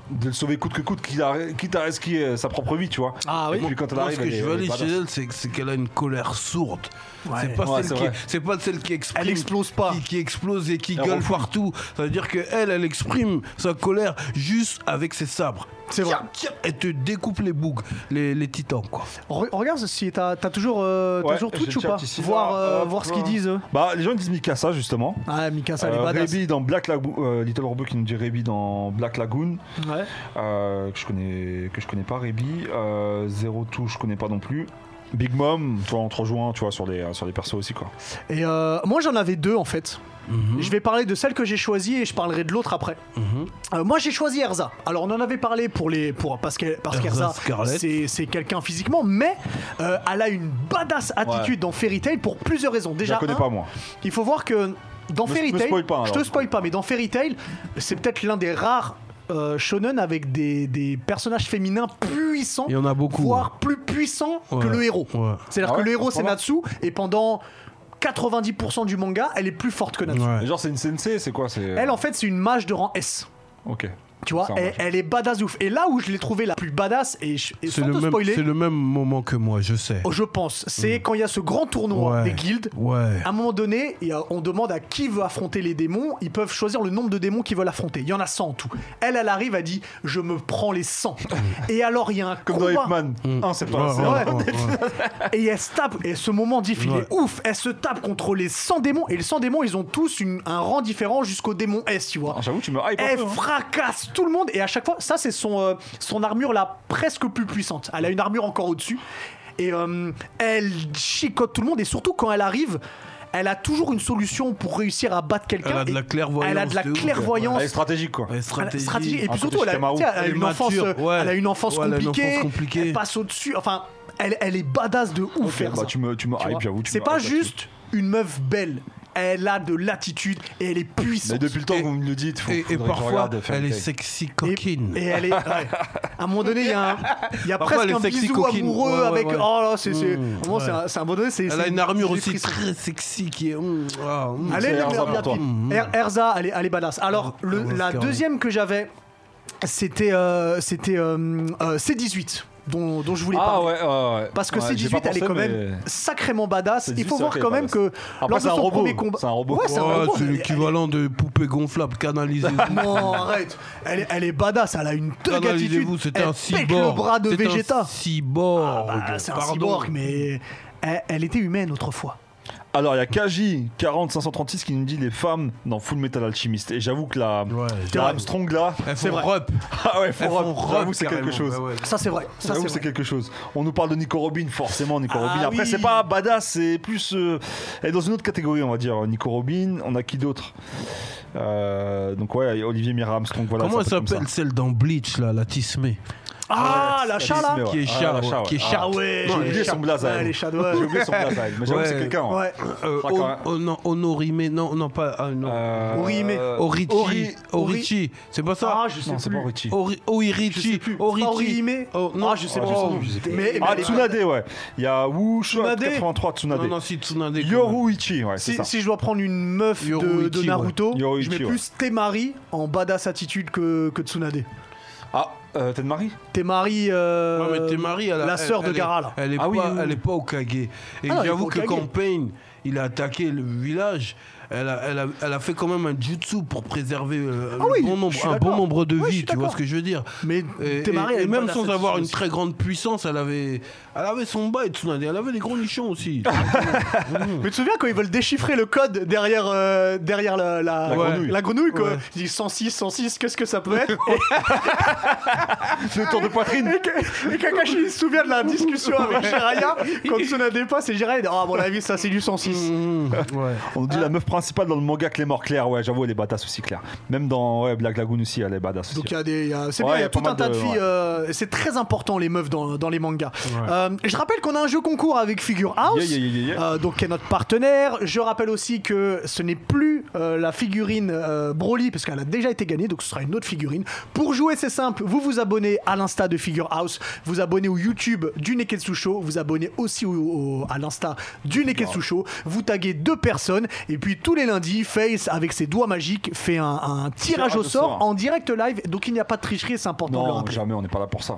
Speaker 2: de le sauver coûte que coûte, quitte à, quitte à risquer euh, sa propre vie, tu vois.
Speaker 1: Ah oui.
Speaker 2: Et puis quand elle
Speaker 3: Moi,
Speaker 2: arrive,
Speaker 3: ce que
Speaker 2: elle est-
Speaker 3: je
Speaker 2: elle est
Speaker 3: valide chez
Speaker 2: badass.
Speaker 3: elle, c'est que- c'est qu'elle a une colère sourde.
Speaker 1: Ouais.
Speaker 3: C'est pas,
Speaker 2: Ouais, c'est
Speaker 3: celle
Speaker 2: vrai.
Speaker 3: qui, c'est pas celle qui exprime.
Speaker 1: Elle explose pas.
Speaker 3: Qui, qui explose et qui
Speaker 2: Elle
Speaker 3: gueule
Speaker 2: refuse.
Speaker 3: partout. Ça veut dire qu'elle, elle exprime sa colère juste avec ses sabres.
Speaker 1: C'est vrai.
Speaker 3: Tiens, tiens, Elle te découpe les bougs, les, les titans, quoi.
Speaker 1: Re- regarde si t'as t'as toujours, euh, t'as
Speaker 2: Ouais,
Speaker 1: toujours
Speaker 2: j'ai
Speaker 1: Twitch
Speaker 2: le
Speaker 1: ou
Speaker 2: chat
Speaker 1: pas
Speaker 2: ici.
Speaker 1: Voir, euh,
Speaker 2: Ah,
Speaker 1: voir ce
Speaker 2: hop,
Speaker 1: qu'ils
Speaker 2: là.
Speaker 1: disent. eux.
Speaker 2: Bah, les gens ils disent Mikasa justement.
Speaker 1: Ah, Mikasa, elle est
Speaker 2: Euh,
Speaker 1: badass.
Speaker 2: Rebi dans Black Lagoon, euh, Little Robot qui nous dit Rebi dans Black Lagoon,
Speaker 1: Ouais.
Speaker 2: euh, que je connais, que je connais pas Rebi, euh, Zero Two je connais pas non plus. Big Mom, tu vois, on te rejoint, tu vois, sur les, euh, sur les persos aussi quoi.
Speaker 1: Et euh, moi, j'en avais deux en fait.
Speaker 2: Mhm.
Speaker 1: Je vais parler de celle que j'ai choisie et je parlerai de l'autre après. Euh, moi, j'ai choisi Erza. Alors, on en avait parlé pour les, pour, parce qu'Erza, parce
Speaker 3: Erza
Speaker 1: qu'Erza,
Speaker 3: Scarlett.
Speaker 1: c'est- c'est quelqu'un physiquement, mais euh, elle a une badass attitude dans Fairy Tail pour plusieurs raisons.
Speaker 2: Je
Speaker 1: Déjà,
Speaker 2: la connais
Speaker 1: un,
Speaker 2: pas moi.
Speaker 1: Il faut voir que dans
Speaker 2: Me-
Speaker 1: Fairy
Speaker 2: me
Speaker 1: Tail,
Speaker 2: spoil pas,
Speaker 1: je
Speaker 2: alors.
Speaker 1: te spoil pas, mais dans Fairy Tail, c'est peut-être l'un des rares euh, shonen avec des, des personnages féminins puissants,
Speaker 3: Il y en a beaucoup.
Speaker 1: voire plus puissants
Speaker 3: Ouais.
Speaker 1: que le héros.
Speaker 3: Ouais.
Speaker 1: C'est-à-dire
Speaker 2: Ah ouais,
Speaker 1: que le héros c'est
Speaker 2: pendant-
Speaker 1: Natsu et pendant 90% du manga, elle est plus forte que Natsu.
Speaker 3: Ouais.
Speaker 2: Mais Genre c'est une sensei, c'est quoi c'est...
Speaker 1: Elle en fait c'est une mage de rang S.
Speaker 2: Ok.
Speaker 1: Tu vois,
Speaker 2: C'est un
Speaker 1: elle,
Speaker 2: mage.
Speaker 1: elle est badass de ouf. Et là où je l'ai trouvée la plus badass, et, je, et
Speaker 3: C'est
Speaker 1: sans
Speaker 3: le,
Speaker 1: te
Speaker 3: même-
Speaker 1: spoiler, oh,
Speaker 3: c'est le même moment que moi, je sais.
Speaker 1: je pense, c'est quand il y a ce grand tournoi
Speaker 3: Ouais.
Speaker 1: des guildes,
Speaker 3: Ouais.
Speaker 1: à un moment donné, il y a- on demande à qui veut affronter les démons. Ils peuvent choisir le nombre de démons qu'ils veulent affronter. Il y en a 100 en tout. Elle, elle arrive, elle dit Je me prends les 100. et alors, il y a un
Speaker 2: Comme dans
Speaker 1: combat.
Speaker 2: Hitman, un c'est pas assez.
Speaker 3: Ouais,
Speaker 1: vrai.
Speaker 3: ouais, ouais.
Speaker 1: et elle se tape. Et ce moment diff, il
Speaker 3: Ouais.
Speaker 1: est ouf. Elle se tape contre les 100 démons. Et les 100 démons, ils ont tous une- un rang différent jusqu'au démon S, tu vois.
Speaker 2: Ah, J'avoue tu me hype un
Speaker 1: Elle
Speaker 2: peu, hein.
Speaker 1: fracasse tout le monde et à chaque fois, ça c'est son, euh, son armure la presque plus puissante. Elle a une armure encore au-dessus et euh, elle chicote tout le monde et surtout quand elle arrive, elle a toujours une solution pour réussir à battre quelqu'un.
Speaker 3: Elle a de
Speaker 1: et
Speaker 3: la clairvoyance
Speaker 1: Elle a de la
Speaker 3: de ouf, hein.
Speaker 1: clairvoyance.
Speaker 2: Elle est stratégique quoi.
Speaker 3: Ouais,
Speaker 1: Ah, elle a de la
Speaker 3: stratégie.
Speaker 1: stratégie. Et puis
Speaker 2: Un peu
Speaker 1: surtout, elle a,
Speaker 2: Shikamaru.
Speaker 1: tu sais, elle a
Speaker 3: Elle est
Speaker 1: une enfance,
Speaker 3: mature,
Speaker 1: euh,
Speaker 3: ouais.
Speaker 1: elle a une enfance
Speaker 3: Ouais, elle a une enfance
Speaker 1: compliquée.
Speaker 3: compliquée.
Speaker 1: Elle passe au-dessus. Enfin, elle, elle est badass de ouf.
Speaker 2: Ok,
Speaker 1: faire
Speaker 2: bah,
Speaker 1: ça.
Speaker 2: tu me, tu me
Speaker 1: Tu
Speaker 2: hype,
Speaker 1: vois.
Speaker 2: j'avoue. tu
Speaker 1: C'est
Speaker 2: me
Speaker 1: pas
Speaker 2: hype
Speaker 1: juste une meuf belle. Elle a de l'attitude et elle est
Speaker 2: là-dessus.
Speaker 1: puissante.
Speaker 2: Mais depuis le temps
Speaker 3: Et-
Speaker 2: que vous me le dites, faut,
Speaker 3: Et, et
Speaker 2: faudrait que je
Speaker 3: parfois,
Speaker 2: regarde Fairy
Speaker 3: elle est
Speaker 2: Tail.
Speaker 3: sexy
Speaker 1: Et-
Speaker 3: coquine.
Speaker 1: Et, elle est. ouais. À un moment donné, il y a, un- il y a
Speaker 3: Parfois,
Speaker 1: presque
Speaker 3: elle est
Speaker 1: un
Speaker 3: sexy
Speaker 1: bisou
Speaker 3: coquine.
Speaker 1: amoureux
Speaker 3: Ouais, ouais,
Speaker 1: avec.
Speaker 3: ouais.
Speaker 1: Oh là, c'est. c'est-
Speaker 3: Mmh,
Speaker 1: vraiment, c'est un, c'est un moment donné, c'est.
Speaker 3: Elle a
Speaker 1: c'est-
Speaker 3: une armure
Speaker 1: j'ai des
Speaker 3: aussi Hmm.
Speaker 1: frissons.
Speaker 3: très sexy qui est. Hum, ah, hum,
Speaker 1: Allez,
Speaker 2: C'est
Speaker 1: les
Speaker 2: Erza
Speaker 1: gars,
Speaker 2: pour
Speaker 1: bien
Speaker 2: toi.
Speaker 1: pile. Er- Erza, elle est, elle est badass. Alors, le-
Speaker 3: Erza
Speaker 1: la
Speaker 3: Scarlett.
Speaker 1: deuxième que j'avais, c'était euh, c'était euh, euh, C18. dont, dont je voulais
Speaker 2: Ah
Speaker 1: parler.
Speaker 2: ouais, ouais, ouais.
Speaker 1: Parce que
Speaker 2: Ouais, j'ai
Speaker 1: C18,
Speaker 2: pas
Speaker 1: elle est
Speaker 2: pensé,
Speaker 1: quand même
Speaker 2: mais-
Speaker 1: sacrément badass.
Speaker 2: C'est
Speaker 1: Il faut
Speaker 2: juste,
Speaker 1: voir
Speaker 2: ok,
Speaker 1: quand même
Speaker 2: badass.
Speaker 1: que
Speaker 2: Après,
Speaker 1: lors de
Speaker 2: c'est un
Speaker 1: son
Speaker 2: robot.
Speaker 1: premier combat.
Speaker 2: C'est un robot.
Speaker 1: Ouais, c'est un
Speaker 3: Ouais,
Speaker 1: robot,
Speaker 3: c'est
Speaker 1: mais-
Speaker 3: l'équivalent de poupée
Speaker 1: (laughs)
Speaker 3: gonflable, canalisée.
Speaker 1: Non, arrête. Elle est, elle est badass, elle a une thug attitude.
Speaker 3: Canalisez-vous, c'était
Speaker 1: Elle
Speaker 3: un
Speaker 1: pète
Speaker 3: cyborg.
Speaker 1: le bras de
Speaker 3: C'est un
Speaker 1: Vegeta.
Speaker 3: cyborg.
Speaker 1: Ah bah, c'est un
Speaker 3: Pardon.
Speaker 1: cyborg, mais elle, elle était humaine autrefois.
Speaker 2: Alors, il y a Kaji 40536 qui nous dit les femmes dans Full Metal Alchimiste. Et j'avoue que la,
Speaker 3: Ouais.
Speaker 2: la Armstrong là.
Speaker 3: Elles
Speaker 1: C'est
Speaker 3: font
Speaker 1: vrai.
Speaker 3: rep.
Speaker 2: (laughs) Ah ouais, faut
Speaker 3: Elles font
Speaker 2: rep. J'avoue,
Speaker 3: rep,
Speaker 2: c'est quelque
Speaker 3: carrément.
Speaker 2: chose.
Speaker 3: Ouais, ouais.
Speaker 1: Ça, c'est vrai. Ça,
Speaker 2: J'avoue,
Speaker 1: c'est
Speaker 2: c'est
Speaker 1: vrai.
Speaker 2: quelque chose. On nous parle de Nico Robin, forcément Nico
Speaker 1: Ah
Speaker 2: Robin. Après,
Speaker 1: oui.
Speaker 2: c'est pas badass, c'est plus. euh, elle est dans une autre catégorie, on va dire. Nico Robin, on a qui d'autre Euh, Donc, ouais, Olivier Mira Armstrong, voilà.
Speaker 3: Comment elle
Speaker 2: Bah, ça peut être comme
Speaker 3: s'appelle celle dans Bleach, là, la Tismé
Speaker 1: Ah,
Speaker 2: ouais,
Speaker 1: la
Speaker 2: c'est-
Speaker 1: chat là
Speaker 2: mais ouais.
Speaker 3: Qui est
Speaker 2: Ah,
Speaker 3: chat,
Speaker 2: la chat,
Speaker 3: ouais, qui est
Speaker 2: ouais.
Speaker 3: chat.
Speaker 1: Ah ouais.
Speaker 2: J'ai oublié
Speaker 1: les
Speaker 2: son blaze à
Speaker 1: Ouais,
Speaker 2: elle.
Speaker 1: les chats, ouais.
Speaker 2: J'ai oublié son blaze à elle. Mais j'avoue que c'est
Speaker 3: Ouais.
Speaker 2: quelqu'un. hein.
Speaker 1: Ouais.
Speaker 3: Euh,
Speaker 2: Faudra quand même-
Speaker 3: oh, oh, non, Honorime, non, non, pas. ah, non.
Speaker 2: Euh,
Speaker 1: Orihime.
Speaker 3: Orichi.
Speaker 2: Ori-
Speaker 3: Orichi. C'est pas ça
Speaker 1: Ah, je sais
Speaker 2: Non, c'est pas
Speaker 1: plus.
Speaker 2: Orichi.
Speaker 3: Ori-
Speaker 1: Je sais
Speaker 3: Oirichi.
Speaker 1: plus. C'est pas
Speaker 3: Orichi.
Speaker 1: Orihime
Speaker 3: Oh, non.
Speaker 1: Ah, je sais
Speaker 3: Oh,
Speaker 1: plus son nom.
Speaker 3: je sais
Speaker 1: Mais-
Speaker 3: plus.
Speaker 1: mais
Speaker 2: Ah,
Speaker 1: elle est-
Speaker 2: Tsunade, ouais. Il y a Wush
Speaker 1: Tsunade.
Speaker 2: 83 Tsunade.
Speaker 3: Non, non, si Tsunade.
Speaker 2: Yoruichi, ouais, c'est
Speaker 1: Si,
Speaker 2: ça.
Speaker 1: si je dois prendre une meuf de- de,
Speaker 3: Yoruichi, ouais.
Speaker 1: Naruto, je
Speaker 2: Yoruichi,
Speaker 1: mets
Speaker 2: ouais.
Speaker 1: plus Temari en badass attitude que, que Tsunade.
Speaker 2: Ah, euh, t'es de Marie
Speaker 1: Temari, euh,
Speaker 3: Ouais, mais t'es marié, elle a-
Speaker 1: la
Speaker 3: elle-
Speaker 1: sœur de
Speaker 3: elle est-
Speaker 1: Gaara là.
Speaker 3: Elle est
Speaker 2: Ah
Speaker 3: pas,
Speaker 2: oui, oui, oui.
Speaker 3: elle est pas au Kage. Et
Speaker 1: Ah non, elle est
Speaker 3: j'avoue
Speaker 1: pas
Speaker 3: que
Speaker 1: au Kage.
Speaker 3: quand Pain, il a attaqué le village, elle a, elle a- elle a fait quand même un jutsu pour préserver euh,
Speaker 1: Ah
Speaker 3: le
Speaker 1: oui,
Speaker 3: bon
Speaker 1: je
Speaker 3: nombre-
Speaker 1: suis
Speaker 3: un
Speaker 1: d'accord.
Speaker 3: bon nombre de
Speaker 1: Ouais, je suis
Speaker 3: vies. Tu vois
Speaker 1: d'accord.
Speaker 3: ce que je veux dire
Speaker 1: Mais
Speaker 3: Et,
Speaker 1: Temari,
Speaker 3: et-
Speaker 1: elle
Speaker 3: et
Speaker 1: est
Speaker 3: même
Speaker 1: badass
Speaker 3: sans
Speaker 1: attitude
Speaker 3: avoir une
Speaker 1: aussi.
Speaker 3: très grande puissance, elle avait, elle avait son bail, Tsunade. Elle avait les gros nichons aussi.
Speaker 1: Ah. Mais tu te souviens quand ils veulent déchiffrer le code derrière, euh, derrière la, la,
Speaker 2: La
Speaker 1: ouais.
Speaker 2: grenouille.
Speaker 1: la grenouille, quoi.
Speaker 3: Ouais.
Speaker 1: Ils disent 106, 106, qu'est-ce que ça peut
Speaker 2: (laughs)
Speaker 1: être Et-
Speaker 2: Le tour de poitrine
Speaker 1: et, Ka- et Kakashi il se souvient de la discussion avec
Speaker 2: (laughs)
Speaker 1: Jiraiya quand Tsunade passe et Jiraiya il dit Ah, à mon avis, ça c'est du 106.
Speaker 3: Mmh, ouais.
Speaker 2: On nous dit la meuf principale dans le manga Clémor Claire, ouais, j'avoue, elle est badass aussi, Claire. Même dans ouais, Black Lagoon aussi, elle est badass aussi.
Speaker 1: Donc il y a des, il y a- c'est bien,
Speaker 2: Ouais,
Speaker 1: il y
Speaker 2: il y
Speaker 1: a
Speaker 2: a
Speaker 1: tout
Speaker 2: pas
Speaker 1: un
Speaker 2: mal
Speaker 1: tas de,
Speaker 2: de-
Speaker 1: filles.
Speaker 2: ouais.
Speaker 1: euh, c'est très important les meufs dans, dans les mangas. Euh, je rappelle qu'on a un jeu concours avec Figure House,
Speaker 2: Yeah, yeah, yeah, yeah.
Speaker 1: euh, donc qui est notre partenaire. Je rappelle aussi que ce n'est plus euh, la figurine euh, Broly parce qu'elle a déjà été gagnée, donc ce sera une autre figurine. Pour jouer, c'est simple. Vous vous abonnez à l'insta de Figure House, vous abonnez au YouTube du Neketsu Show, vous abonnez aussi au- au- à l'insta du Neketsu Show. Vous taguez deux personnes et puis tous les lundis, Face avec ses doigts magiques fait un, un tirage au sort en direct live. Donc il n'y a pas de tricherie, c'est important de le
Speaker 2: Non,
Speaker 1: rappeler.
Speaker 2: jamais, on n'est pas là pour ça.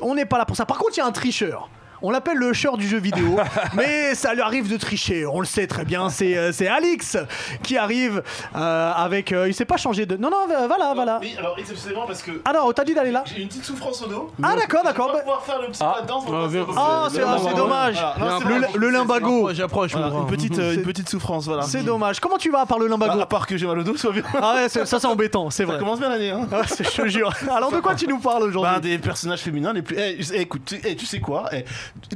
Speaker 1: On n'est pas là pour ça. Par contre, il y a un tricheur. On l'appelle le cheur du jeu vidéo, mais ça lui arrive de tricher. On le sait très bien. C'est euh, c'est Alix qui arrive euh, avec. euh, il s'est pas changé de. Non non, euh, va va là, va là.
Speaker 7: Oui, alors exceptionnellement parce que
Speaker 1: Ah non, t'as dit d'aller là.
Speaker 7: j'ai une petite souffrance au dos.
Speaker 1: Ah d'accord,
Speaker 7: Je vais
Speaker 1: d'accord.
Speaker 7: pas
Speaker 1: bah-
Speaker 7: pouvoir faire le petit
Speaker 2: Ah.
Speaker 7: pas de danse.
Speaker 3: Ah, viens.
Speaker 1: Ah, c'est ah, c'est dommage.
Speaker 7: Voilà. Non, c'est
Speaker 1: Le,
Speaker 7: bon.
Speaker 1: le limbago.
Speaker 3: J'approche, j'approche. mon
Speaker 7: Voilà,
Speaker 3: grand.
Speaker 7: une petite, euh,
Speaker 1: C'est-
Speaker 7: une petite souffrance, voilà.
Speaker 1: C'est dommage. Comment tu vas à part le
Speaker 7: Bah,
Speaker 1: limbago
Speaker 7: à part que j'ai mal au dos, soit bien.
Speaker 1: Ah ouais, c'est- ça c'est embêtant, c'est
Speaker 7: Ça
Speaker 1: vrai.
Speaker 7: commence bien l'année, hein.
Speaker 1: Ah, c'est- je te jure. Alors de quoi tu nous parles
Speaker 7: Bah, un
Speaker 1: aujourd'hui
Speaker 7: des personnages féminins les plus. Eh, eh, écoute, tu, eh, tu sais quoi eh,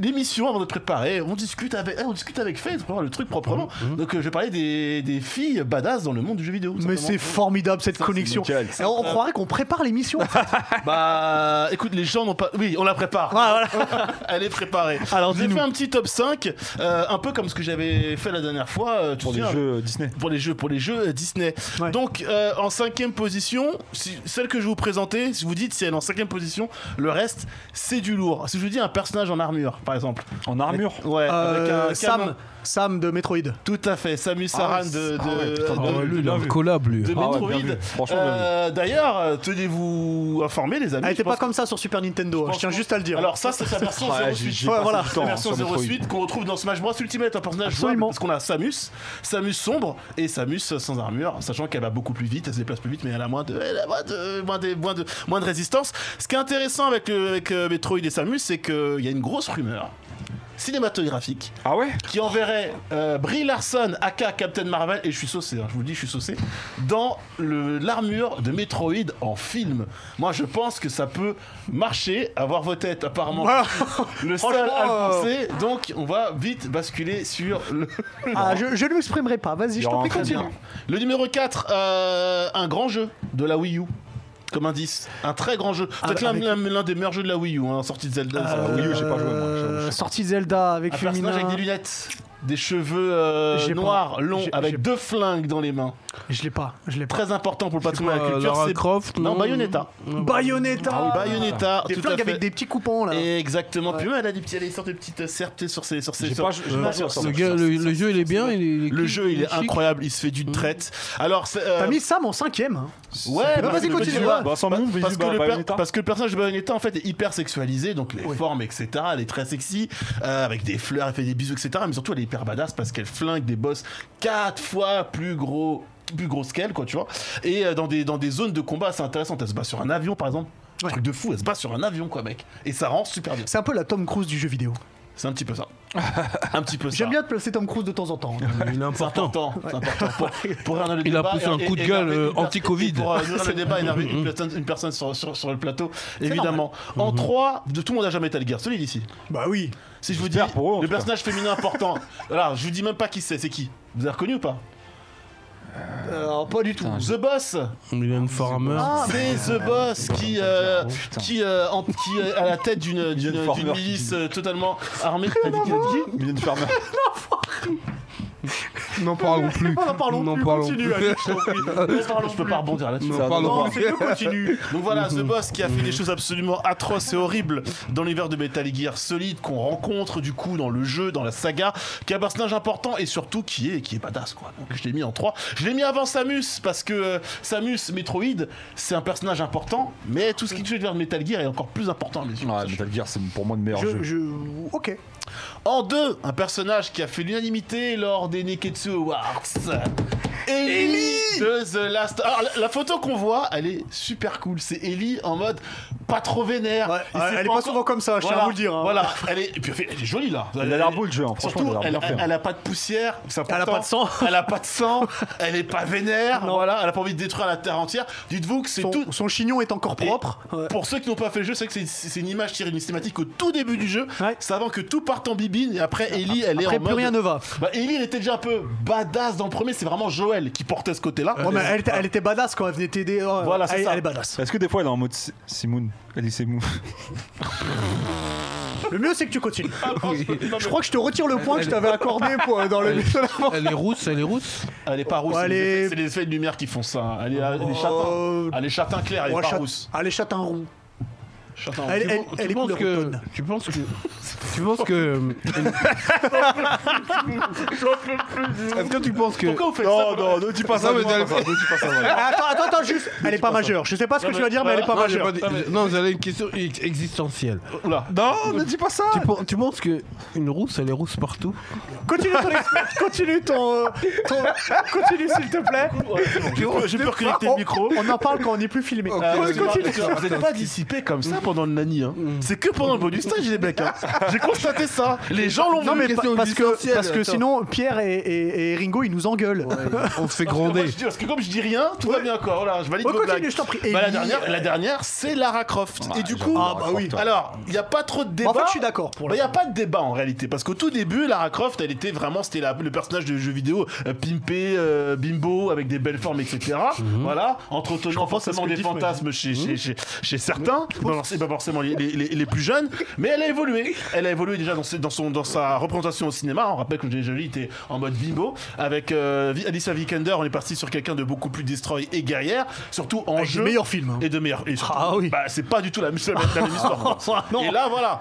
Speaker 7: L'émission avant de te préparer, on discute avec, eh, on discute avec Faith, pour voir le truc proprement. Donc, euh, je vais parler des, des filles badass dans le monde du jeu vidéo. tout
Speaker 1: Mais
Speaker 7: simplement.
Speaker 1: c'est formidable cette connexion.
Speaker 2: nickel.
Speaker 1: Et On, on croirait qu'on prépare l'émission. en fait.
Speaker 7: Bah, écoute, les gens n'ont pas. Oui, on la prépare.
Speaker 1: Ah,
Speaker 7: (laughs) Elle est préparée.
Speaker 1: Alors,
Speaker 7: j'ai
Speaker 1: dis-nous.
Speaker 7: fait un petit top 5, euh, un peu comme ce que j'avais fait la dernière fois. euh, tu
Speaker 2: Pour
Speaker 7: te
Speaker 2: les
Speaker 7: souviens,
Speaker 2: jeux Disney.
Speaker 7: pour les jeux, pour les jeux euh, Disney.
Speaker 1: Ouais.
Speaker 7: Donc euh, en cinquième position, si- celle que je vais vous présenter, si vous dites si elle est en cinquième position, le reste c'est du lourd. Si je vous dis un personnage en armure, par exemple.
Speaker 2: En armure
Speaker 7: Ouais. avec
Speaker 1: Euh,
Speaker 7: un
Speaker 1: Sam,
Speaker 7: canon.
Speaker 1: Sam de Metroid. Ah,
Speaker 7: Tout à fait. Samus Aran de de,
Speaker 2: ah ouais, putain,
Speaker 7: de-
Speaker 2: ah ouais,
Speaker 7: de-
Speaker 3: Lui, il
Speaker 2: bien
Speaker 3: a
Speaker 2: vu.
Speaker 3: un collab, lui.
Speaker 7: de
Speaker 2: Ah ouais, bien
Speaker 7: Metroid.
Speaker 2: vu. Franchement, bien vu.
Speaker 7: Euh, D'ailleurs, euh, tenez-vous informés les amis.
Speaker 1: Elle
Speaker 7: je
Speaker 1: était pas
Speaker 7: pense-
Speaker 1: comme ça sur Super Nintendo, hein, je,
Speaker 7: pense
Speaker 1: tiens
Speaker 7: qu'on-
Speaker 1: juste à le dire.
Speaker 7: Alors ça, c'est sa version
Speaker 2: Ah, j'ai-
Speaker 7: 08.
Speaker 2: j'ai
Speaker 1: Ouais,
Speaker 2: passé
Speaker 1: voilà.
Speaker 2: du
Speaker 7: C'est
Speaker 2: temps,
Speaker 7: la
Speaker 2: hein,
Speaker 7: version
Speaker 2: sur Metroid.
Speaker 7: 08 qu'on retrouve dans Smash Bros Ultimate, un personnage jouable,
Speaker 1: Absolument.
Speaker 7: parce qu'on a Samus, Samus sombre et Samus sans armure, sachant qu'elle va beaucoup plus vite, elle se déplace plus vite, mais elle a moins de, elle a moins de, moins de, moins de, moins de résistance. Ce qui est intéressant avec, le- avec euh, Metroid et Samus, c'est qu'il y a une grosse rumeur cinématographique
Speaker 2: Ah ouais
Speaker 7: qui enverrait euh, Brie Larson, aka Captain Marvel, et je suis saucé, hein, je vous le dis, je suis saucé, dans le- l'armure de Metroid en film. Moi, je pense que ça peut marcher, avoir vos têtes, apparemment.
Speaker 1: Ah,
Speaker 7: (laughs) le seul à
Speaker 1: Bah, Franchement, euh,
Speaker 7: le penser, donc on va vite basculer sur le.
Speaker 1: Ah, je, je ne m'exprimerai pas, vas-y,
Speaker 2: Il y
Speaker 1: je t'en
Speaker 2: aura
Speaker 1: prie,
Speaker 2: un
Speaker 1: continue.
Speaker 2: film.
Speaker 7: Le numéro 4, un grand jeu de la Wii U. Comme indice, un très grand jeu.
Speaker 1: Ah,
Speaker 7: Peut-être l'un-
Speaker 1: avec- Ah,
Speaker 7: l'un l'un des meilleurs jeux de la Wii U, hein, sorti de Zelda. ça.
Speaker 2: Euh, Wii U, j'ai pas joué, moi, j'avoue, je sais.
Speaker 1: Sortie Zelda avec
Speaker 7: Un
Speaker 1: Lumina.
Speaker 7: personnage avec des lunettes. des cheveux euh,
Speaker 1: J'ai pas.
Speaker 7: noirs, longs,
Speaker 1: J'ai- j'ai-
Speaker 7: avec deux flingues dans les mains.
Speaker 1: Je l'ai pas, je l'ai pas.
Speaker 7: Très important pour le patron de la
Speaker 3: pas,
Speaker 7: culture.
Speaker 3: Euh, Lara
Speaker 7: c'est-
Speaker 3: Croft,
Speaker 7: Non,
Speaker 3: non
Speaker 7: Bayonetta. Ah
Speaker 1: Bayonetta
Speaker 7: Bayonetta,
Speaker 1: Des
Speaker 7: bah tout à
Speaker 1: flingues
Speaker 7: fait.
Speaker 1: avec des petits coupons là.
Speaker 7: Exactement. Puis même, elle a des petits, elle a une sorte de petites euh, serpes sur ses, sur ses.
Speaker 2: J'ai
Speaker 7: sur-
Speaker 2: pas- j'ai
Speaker 7: sur-
Speaker 2: pas-
Speaker 7: sur- sur-
Speaker 3: Le,
Speaker 7: sur-
Speaker 3: gars,
Speaker 7: sur-
Speaker 3: le,
Speaker 7: sur-
Speaker 3: le jeu, il est bien. Il est,
Speaker 7: Le jeu, il est
Speaker 3: chic.
Speaker 7: incroyable. Il se fait d'une traite. Alors, c'est, euh,
Speaker 1: T'as mis Sam en cinquième. hein.
Speaker 7: Ouais,
Speaker 1: Bah, vas-y,
Speaker 7: que-
Speaker 1: continue,
Speaker 7: voilà.
Speaker 2: bah, sans
Speaker 7: Pa-
Speaker 2: move,
Speaker 7: parce,
Speaker 2: vas-y,
Speaker 7: que
Speaker 2: bah,
Speaker 7: le per-
Speaker 2: Bayonetta.
Speaker 7: parce que le personnage de Bayonetta en fait est hyper sexualisé, donc les formes, etc. Elle est très sexy, euh, avec des fleurs, elle fait des bisous, etc. Mais surtout, elle est hyper badass parce qu'elle flingue des boss quatre fois plus gros plus grosse qu'elle quoi tu vois et euh, dans des dans des zones de combat assez intéressantes elle se bat sur un avion par exemple
Speaker 1: Ouais.
Speaker 7: truc de fou elle se bat sur un avion quoi mec et ça rend super bien
Speaker 1: C'est un peu la Tom Cruise du jeu vidéo.
Speaker 7: c'est un
Speaker 1: (laughs)
Speaker 7: petit peu ça un petit peu ça
Speaker 1: J'aime bien de placer Tom Cruise de temps en temps.
Speaker 3: Il est
Speaker 7: c'est
Speaker 3: important.
Speaker 7: important, c'est important. Pour, pour énerver le
Speaker 3: Il a
Speaker 7: débat
Speaker 3: poussé un
Speaker 7: et-
Speaker 3: coup de
Speaker 7: et-
Speaker 3: gueule,
Speaker 7: énerver
Speaker 3: euh,
Speaker 7: une per-
Speaker 3: anti-Covid.
Speaker 7: et Pour euh, nourrir le débat, énerver
Speaker 1: Mm-hmm.
Speaker 7: une personne, une personne sur, sur, sur le plateau, évidemment. En
Speaker 2: Mm-hmm.
Speaker 7: 3, de tout le monde a jamais Metal Gear Solid ici.
Speaker 1: bah oui.
Speaker 7: Si je vous dis
Speaker 2: J'espère pour eux, en tout
Speaker 7: le
Speaker 2: cas.
Speaker 7: personnage féminin
Speaker 1: (laughs)
Speaker 7: important, alors je vous dis même pas qui c'est, c'est qui Vous avez reconnu ou pas
Speaker 1: Alors, Euh, pas du tout.
Speaker 2: Putain,
Speaker 7: The Boss
Speaker 3: Mylène Farmer.
Speaker 1: Ah, mais-
Speaker 7: C'est The Boss qui, euh,
Speaker 2: Oh, putain.
Speaker 7: qui, euh, en- qui est à la tête d'une d'une-
Speaker 2: Mylène Farmer
Speaker 7: d'une
Speaker 2: qui
Speaker 7: milice
Speaker 2: dit.
Speaker 7: euh, totalement
Speaker 1: (laughs)
Speaker 7: armée. T'as dit qui, t'as dit qui
Speaker 2: Mylène Farmer.
Speaker 1: Ah,
Speaker 3: N'en parlons plus.
Speaker 1: (laughs)
Speaker 7: Non, n'en parlons
Speaker 3: N'en
Speaker 7: plus,
Speaker 3: parlons
Speaker 7: continue,
Speaker 3: plus.
Speaker 7: allez, je t'en
Speaker 3: (laughs)
Speaker 7: prie. N'en parlons Je peux pas rebondir là-dessus.
Speaker 3: N'en
Speaker 7: Ça,
Speaker 3: parlons
Speaker 7: non,
Speaker 3: pas.
Speaker 7: c'est mieux, continue. Donc
Speaker 3: (laughs)
Speaker 7: voilà, The Boss qui a fait des choses absolument atroces et horribles dans l'univers de Metal Gear Solid qu'on rencontre du coup dans le jeu, dans la saga, qui est un personnage important et surtout qui est, qui est badass quoi. Donc je l'ai mis en 3. Je l'ai mis avant Samus parce que euh, Samus Metroid, c'est un personnage important, mais tout ce qui touche vers Metal Gear est encore plus important à mes yeux.
Speaker 2: Ouais, Metal Gear, c'est pour moi le meilleur
Speaker 1: Je,
Speaker 2: jeu.
Speaker 1: je... Ok.
Speaker 7: En deux, un personnage qui a fait l'unanimité lors des Neketsu Awards. Ellie de The Last. Alors, la, la photo qu'on voit, elle est super cool. C'est Ellie en mode pas trop vénère.
Speaker 1: Ouais,
Speaker 7: Il
Speaker 1: ouais,
Speaker 7: s'est
Speaker 1: elle est pas
Speaker 7: encore-
Speaker 1: souvent comme ça, je tiens à vous le dire, hein.
Speaker 7: Voilà, elle est, et puis, elle est jolie là.
Speaker 2: Elle a l'air beau, le jeu, hein. Franchement, elle
Speaker 7: Surtout,
Speaker 2: a
Speaker 7: elle,
Speaker 2: l'air bien fait, hein.
Speaker 7: elle a pas de poussière. c'est
Speaker 1: Elle a pas de sang.
Speaker 7: Elle a pas de sang. elle est pas vénère. Voilà, elle a pas envie de détruire la terre entière. Dites-vous que c'est
Speaker 1: Son,
Speaker 7: tout.
Speaker 1: son chignon est encore
Speaker 7: Et
Speaker 1: propre. Ouais.
Speaker 7: Pour ceux qui n'ont pas fait le jeu, c'est que c'est- c'est une image tirée d'une cinématique au tout début du jeu.
Speaker 1: Ouais.
Speaker 7: C'est avant que tout parte en bibine et après Ellie, elle est
Speaker 1: Après,
Speaker 7: en
Speaker 1: plus
Speaker 7: mode-
Speaker 1: rien ne va.
Speaker 7: Bah, Ellie, elle était déjà un peu badass dans le premier. C'est vraiment Joël qui portait ce côté-là.
Speaker 1: Ouais, mais elle, était, elle était badass quand elle venait t'aider. euh,
Speaker 7: Voilà, c'est
Speaker 1: elle,
Speaker 7: ça.
Speaker 1: elle est badass.
Speaker 2: Est-ce que des fois elle est en mode Si- Simone Elle est Simone.
Speaker 1: Le mieux, c'est que tu continues. (laughs) Je crois que je te retire le point que je t'avais accordé pour, euh, (laughs) dans le.
Speaker 3: Elle est rousse, elle est rousse.
Speaker 7: Elle est pas rousse.
Speaker 1: Ouais,
Speaker 7: c'est
Speaker 1: elle
Speaker 7: les
Speaker 1: est-
Speaker 7: effets- C'est les effets de lumière qui font ça. hein. Elle est, elle est
Speaker 1: Euh,
Speaker 7: châtain. Elle est châtain clair. Elle est
Speaker 1: Ouais,
Speaker 7: pas
Speaker 1: Oh, chat-
Speaker 7: rousse.
Speaker 1: Allez, chatin roux.
Speaker 7: Châtain.
Speaker 1: Elle,
Speaker 7: Tu
Speaker 1: elle-
Speaker 7: vois-
Speaker 1: elle
Speaker 7: tu
Speaker 1: est
Speaker 7: penses
Speaker 1: couleur
Speaker 7: que-
Speaker 1: automne.
Speaker 3: Tu penses que. Tu penses que. Est-ce que tu penses que.
Speaker 7: Pourquoi vous faites ça
Speaker 2: Non,
Speaker 7: pour-
Speaker 2: non, ne dis pas ça. Ne
Speaker 3: Non, mais
Speaker 2: dis pas
Speaker 3: t'as-
Speaker 2: ça, ne dis pas ça. voilà.
Speaker 1: Ah, Attends, attends, attends, juste. Elle est pas majeure. Je sais pas ce que tu vas dire, mais elle est pas
Speaker 3: Non, j'ai
Speaker 1: majeure.
Speaker 3: pas dit- non, j'avais une question ex- existentielle.
Speaker 7: Oula.
Speaker 2: Non, ne dis pas ça.
Speaker 3: Tu, pen- tu penses que une rousse, elle est rousse partout
Speaker 1: Continue ton expert, continue ton, euh, ton- Continue s'il te plaît.
Speaker 7: J'ai pu- J'ai pu reconnecter le micro.
Speaker 1: On en parle quand on n'est plus filmé.
Speaker 7: Euh,
Speaker 1: oh, Continue,
Speaker 7: excuse-moi,
Speaker 1: continue. Mm.
Speaker 7: excuse-moi, Vous n'êtes pas dissipé comme ça pendant le nani. hein. C'est que pendant le bonus stage, les mecs. hein. J'ai constaté
Speaker 1: (laughs)
Speaker 7: ça. Les gens l'ont vu.
Speaker 1: Non mais
Speaker 3: question
Speaker 1: pa- parce que,
Speaker 3: existentielle,
Speaker 1: parce que
Speaker 3: attends.
Speaker 1: sinon Pierre et, et- et Ringo ils nous engueulent.
Speaker 3: On se fait
Speaker 7: Parce que, moi,
Speaker 3: gronder.
Speaker 7: je dis- parce que comme je dis rien, tout va bien quoi. Voilà, je valide
Speaker 1: Ouais,
Speaker 7: vos
Speaker 1: continue,
Speaker 7: blagues.
Speaker 1: je t'en prie. euh,
Speaker 7: Bah, la
Speaker 1: Ellie-
Speaker 7: dernière, la dernière, c'est Lara Croft. Et du coup,
Speaker 1: Lara Ah, bah Croft, oui. ouais.
Speaker 7: Alors, il n'y a pas trop de débat.
Speaker 1: En fait, je suis d'accord pour
Speaker 7: Il
Speaker 1: la-
Speaker 7: n'y Bah, a pas de débat en réalité, parce qu'au tout début, Lara Croft, elle était vraiment, c'était la- le personnage de jeu vidéo euh, pimpé, euh, bimbo, avec des belles formes, etc. Voilà, entretenant
Speaker 1: pense à ce
Speaker 7: forcément
Speaker 1: Mhm. que
Speaker 7: des
Speaker 1: dit Mhm. Fred.
Speaker 7: fantasmes chez, chez, chez- chez certains, pas forc- pas forcément les, les- les- les plus jeunes, mais elle a évolué. Elle a évolué déjà dans, ses- dans, son, dans sa représentation au cinéma. On rappelle que j'ai joli était en mode bimbo. Avec euh, Vi- Alicia Vikander, on est parti sur quelqu'un de beaucoup plus destroy et guerrière, surtout en
Speaker 1: Avec
Speaker 7: jeu.
Speaker 1: le meilleur film. hein.
Speaker 7: Et de meilleure. et surtout,
Speaker 1: Ah oui. Ah
Speaker 7: bah, c'est pas du tout la même, la
Speaker 1: (laughs)
Speaker 7: même histoire. quoi.
Speaker 1: Non.
Speaker 7: Et là, voilà.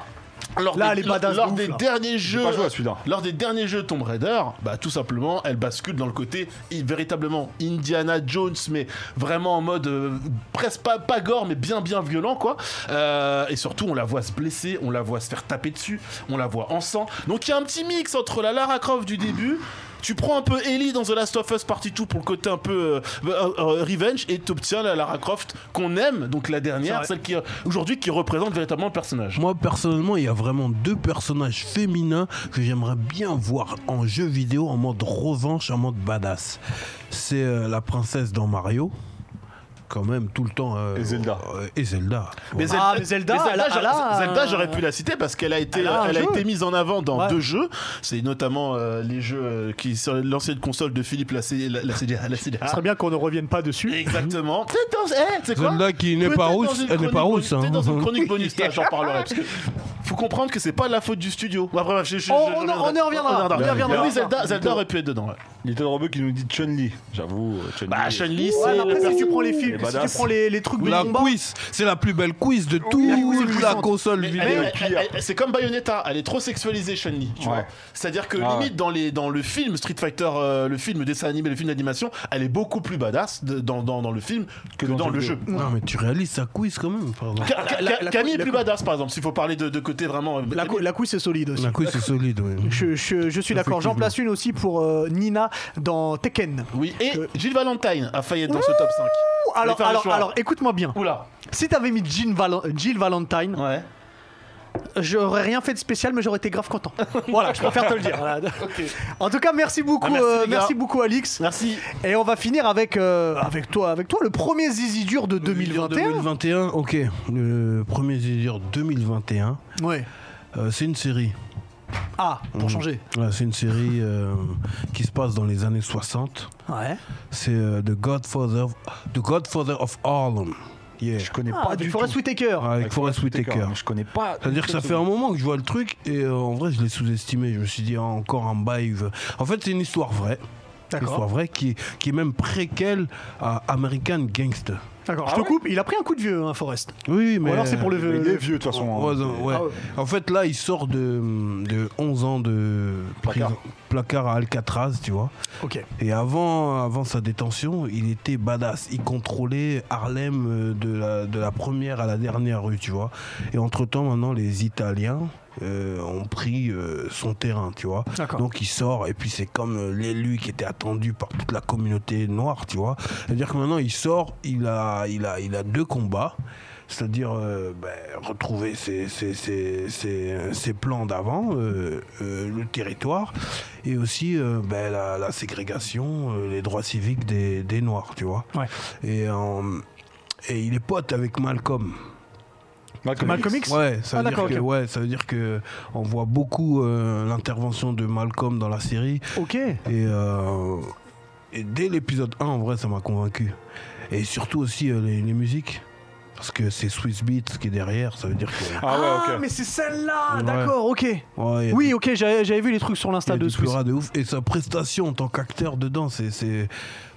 Speaker 7: Lors
Speaker 1: Là,
Speaker 7: des,
Speaker 1: elle est badass de
Speaker 7: lors
Speaker 1: ouf,
Speaker 7: des
Speaker 1: là.
Speaker 7: derniers
Speaker 2: (laughs)
Speaker 7: jeux,
Speaker 2: pas joué à celui-là.
Speaker 7: lors des derniers jeux Tomb Raider, bah tout simplement, elle bascule dans le côté i- véritablement Indiana Jones, mais vraiment en mode euh, presque pas, pas gore, mais bien bien violent quoi. Euh, et surtout, on la voit se blesser, on la voit se faire taper dessus, on la voit en sang. Donc il y a un petit mix entre la Lara Croft du début. Tu prends un peu Ellie dans The Last of Us Partie 2 pour le côté un peu euh, euh, euh, revenge et t'obtiens la Lara Croft qu'on aime, donc la dernière, celle qui euh, aujourd'hui qui représente véritablement le personnage.
Speaker 3: Moi, personnellement, il y a vraiment deux personnages féminins que j'aimerais bien voir en jeu vidéo en mode revanche, en mode badass. C'est euh, la princesse dans Mario. Quand même, tout le temps. euh,
Speaker 2: Et Zelda.
Speaker 3: euh, et Zelda. Voilà.
Speaker 7: Mais Zelda,
Speaker 1: Ah, mais Zelda,
Speaker 7: mais
Speaker 1: elle a-
Speaker 7: j'aurais-
Speaker 1: elle a-
Speaker 7: Zelda, j'aurais pu la citer parce qu'elle a été,
Speaker 1: Elle
Speaker 7: elle
Speaker 1: a un
Speaker 7: a,
Speaker 1: jeu.
Speaker 7: été mise en avant dans
Speaker 1: Ouais.
Speaker 7: deux jeux. C'est notamment euh, les jeux euh, qui sur l'ancienne console de Philippe la, C- la, la CDA, la CDA.
Speaker 1: Ce serait bien qu'on ne revienne pas dessus.
Speaker 7: Exactement. C'est dans- eh, c'est quoi
Speaker 3: Zelda qui n'est
Speaker 7: Peut-être
Speaker 3: pas
Speaker 7: dans
Speaker 3: rousse,
Speaker 7: une
Speaker 3: elle n'est pas
Speaker 7: chronique
Speaker 3: rousse.
Speaker 7: bonus-
Speaker 3: hein. (laughs)
Speaker 7: peut-être dans une chronique bonus, là, j'en parlerai. Parce que faut comprendre que c'est pas la faute du studio. Bon, après, je- je- je-
Speaker 1: On-
Speaker 7: je-
Speaker 1: Oh, on en-
Speaker 7: je reviendrai.
Speaker 1: on y reviendra. On y reviendra.
Speaker 7: Oui, Zelda, Zelda aurait pu être dedans. ouais.
Speaker 2: Little Robot qui nous dit Chun-Li. J'avoue, euh, Chun-Li.
Speaker 7: Bah, Chun-Li, c'est.
Speaker 1: Ouais, mais après,
Speaker 7: le
Speaker 1: si tu
Speaker 7: perso-
Speaker 1: prends les films,
Speaker 2: Et
Speaker 1: si tu
Speaker 2: badass.
Speaker 1: prends les, les trucs de
Speaker 3: La
Speaker 1: combat,
Speaker 3: quiz, c'est la plus belle quiz de toute
Speaker 1: la quiz est
Speaker 3: la
Speaker 1: puissante.
Speaker 3: console
Speaker 7: Mais elle
Speaker 3: vidéo.
Speaker 7: est- elle- elle- c'est comme Bayonetta, elle est trop sexualisée Chun-Li, tu
Speaker 2: Ouais.
Speaker 7: vois. C'est-à-dire que
Speaker 2: Ah ouais.
Speaker 7: limite dans les dans le film Street Fighter, euh, le film dessin animé, le film d'animation, elle est beaucoup plus badass de- dans, dans, dans le film que, dans,
Speaker 2: dans le
Speaker 7: le
Speaker 2: jeu.
Speaker 7: jeu.
Speaker 3: Non, mais tu réalises sa quiz quand même, pardon.
Speaker 7: Ca- ca-
Speaker 1: la- la-
Speaker 7: Camille est
Speaker 1: la-
Speaker 7: plus badass par exemple, s'il faut parler de, de côté vraiment. euh,
Speaker 1: la, cou- la couille c'est solide aussi.
Speaker 3: La quiz c'est solide, oui.
Speaker 1: Je, je- je suis d'accord. J'en place une aussi pour euh, Nina dans Tekken.
Speaker 7: Oui, et
Speaker 1: Euh,
Speaker 7: Jill Valentine a failli être dans ce top 5.
Speaker 1: Ouh, Alors,
Speaker 7: faire le
Speaker 1: alors,
Speaker 7: choix.
Speaker 1: alors, écoute-moi bien.
Speaker 7: Oula.
Speaker 1: Si t'avais mis Jill, Valen- Jill Valentine,
Speaker 7: Ouais.
Speaker 1: j'aurais rien fait de spécial, mais j'aurais été grave content. voilà, je préfère te le dire. Voilà. En tout cas, merci beaucoup,
Speaker 7: Ah, merci,
Speaker 1: euh,
Speaker 7: les gars.
Speaker 1: merci beaucoup, Alix.
Speaker 7: Merci.
Speaker 1: Et on va finir avec, euh, avec toi, avec toi, le premier zizi dur de 2021.
Speaker 3: 2021, ok. Le premier dire 2021,
Speaker 1: Ouais.
Speaker 3: euh, c'est une série.
Speaker 1: Ah,
Speaker 3: Mm.
Speaker 1: pour changer.
Speaker 3: Ouais, C'est une série euh, qui se passe dans les années 60.
Speaker 1: Ouais.
Speaker 3: C'est euh, The Godfather, of- The Godfather of Harlem. Yeah.
Speaker 2: Je connais
Speaker 1: Ah,
Speaker 2: pas
Speaker 1: du
Speaker 2: du
Speaker 1: Forest
Speaker 2: tout.
Speaker 1: Whitaker.
Speaker 3: Avec Forest Whitaker.
Speaker 2: Je connais pas.
Speaker 3: C'est-à-dire que ça fait un moment que je vois le truc et euh, en vrai je l'ai sous-estimé. Je me suis dit ah, encore un bail. il veut- En fait c'est une histoire vraie. Une histoire
Speaker 1: D'accord.
Speaker 3: vraie qui est, qui est même préquelle à American Gangster.
Speaker 1: D'accord. Je te coupe. Il a pris un coup de vieux, hein, Forest.
Speaker 3: Oui, oui, mais. euh,
Speaker 1: Ou alors c'est pour le
Speaker 2: Mais Il est
Speaker 1: vieux.
Speaker 2: vieux de toute façon.
Speaker 3: Ouais,
Speaker 2: hein.
Speaker 3: non, ouais.
Speaker 1: Ah ouais.
Speaker 3: En fait, là, il sort de, de 11 ans de
Speaker 2: Placard.
Speaker 3: prison- placard à Alcatraz, tu vois.
Speaker 1: Ok.
Speaker 3: Et avant, avant sa détention, il était badass. Il contrôlait Harlem euh, de la, de la première à la dernière rue, tu vois. Et entre-temps, maintenant, les Italiens euh, ont pris euh, son terrain, tu vois.
Speaker 1: D'accord.
Speaker 3: Donc il sort, et puis c'est comme euh, l'élu qui était attendu par toute la communauté noire, tu vois. C'est-à-dire que maintenant, il sort, il a, il a, il a deux combats. C'est-à-dire euh, ben, retrouver ses, ses- ses- ses- ses plans d'avant, euh, euh, le territoire, et aussi euh, ben, la, la ségrégation, euh, les droits civiques des, des Noirs, tu vois.
Speaker 1: Ouais.
Speaker 3: Et, en- et il est pote avec Malcolm.
Speaker 2: Malcolm
Speaker 1: Malcolm X.
Speaker 3: Ouais, ça
Speaker 1: Ah,
Speaker 3: veut dire
Speaker 1: d'accord,
Speaker 3: que,
Speaker 1: ok.
Speaker 3: ouais, ça veut dire que on voit beaucoup euh, l'intervention de Malcolm dans la série.
Speaker 1: Ok.
Speaker 3: Et, euh, et dès l'épisode 1, en vrai, ça m'a convaincu. Et surtout aussi euh, les, les musiques. Parce que c'est Swiss Beats qui est derrière, ça veut dire que.
Speaker 2: Ah ouais,
Speaker 1: Ah,
Speaker 2: ok.
Speaker 1: mais c'est celle-là.
Speaker 3: Ouais.
Speaker 1: D'accord. Ok.
Speaker 3: Ouais, il y a
Speaker 1: Oui, ok. J'avais j'avais vu les trucs sur l'insta
Speaker 3: Il y a
Speaker 1: de
Speaker 3: du
Speaker 1: Swiss.
Speaker 3: Plura de ouf. Et sa prestation en tant qu'acteur dedans, c'est c'est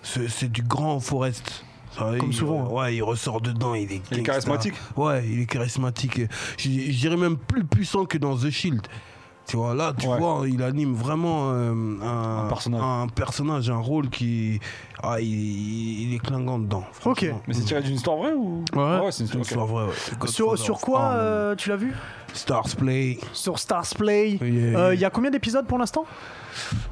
Speaker 3: c'est c'est du grand Forest. Ça,
Speaker 1: Comme
Speaker 3: il-
Speaker 1: souvent. hein.
Speaker 3: Ouais, il ressort dedans, il est,
Speaker 2: Il est
Speaker 3: gangsta.
Speaker 2: charismatique.
Speaker 3: Ouais, il est charismatique. Et Je, je dirais même plus puissant que dans The Shield. Tu vois, là, tu
Speaker 2: Ouais.
Speaker 3: vois, il anime vraiment euh, un,
Speaker 2: Un personnage.
Speaker 3: un personnage, un rôle qui. Ah, il, il est clinguant dedans.
Speaker 1: Ok.
Speaker 3: franchement.
Speaker 2: Mais c'est tiré d'une histoire vraie ou Ah
Speaker 3: Ouais,
Speaker 2: c'est une histoire.
Speaker 3: vraie. ouais.
Speaker 1: Sur, sur quoi
Speaker 3: Ah,
Speaker 1: euh, tu l'as vu
Speaker 3: Stars Play.
Speaker 1: Sur Stars Play. Euh,
Speaker 3: Yeah,
Speaker 1: Il
Speaker 3: yeah.
Speaker 1: y a combien d'épisodes pour l'instant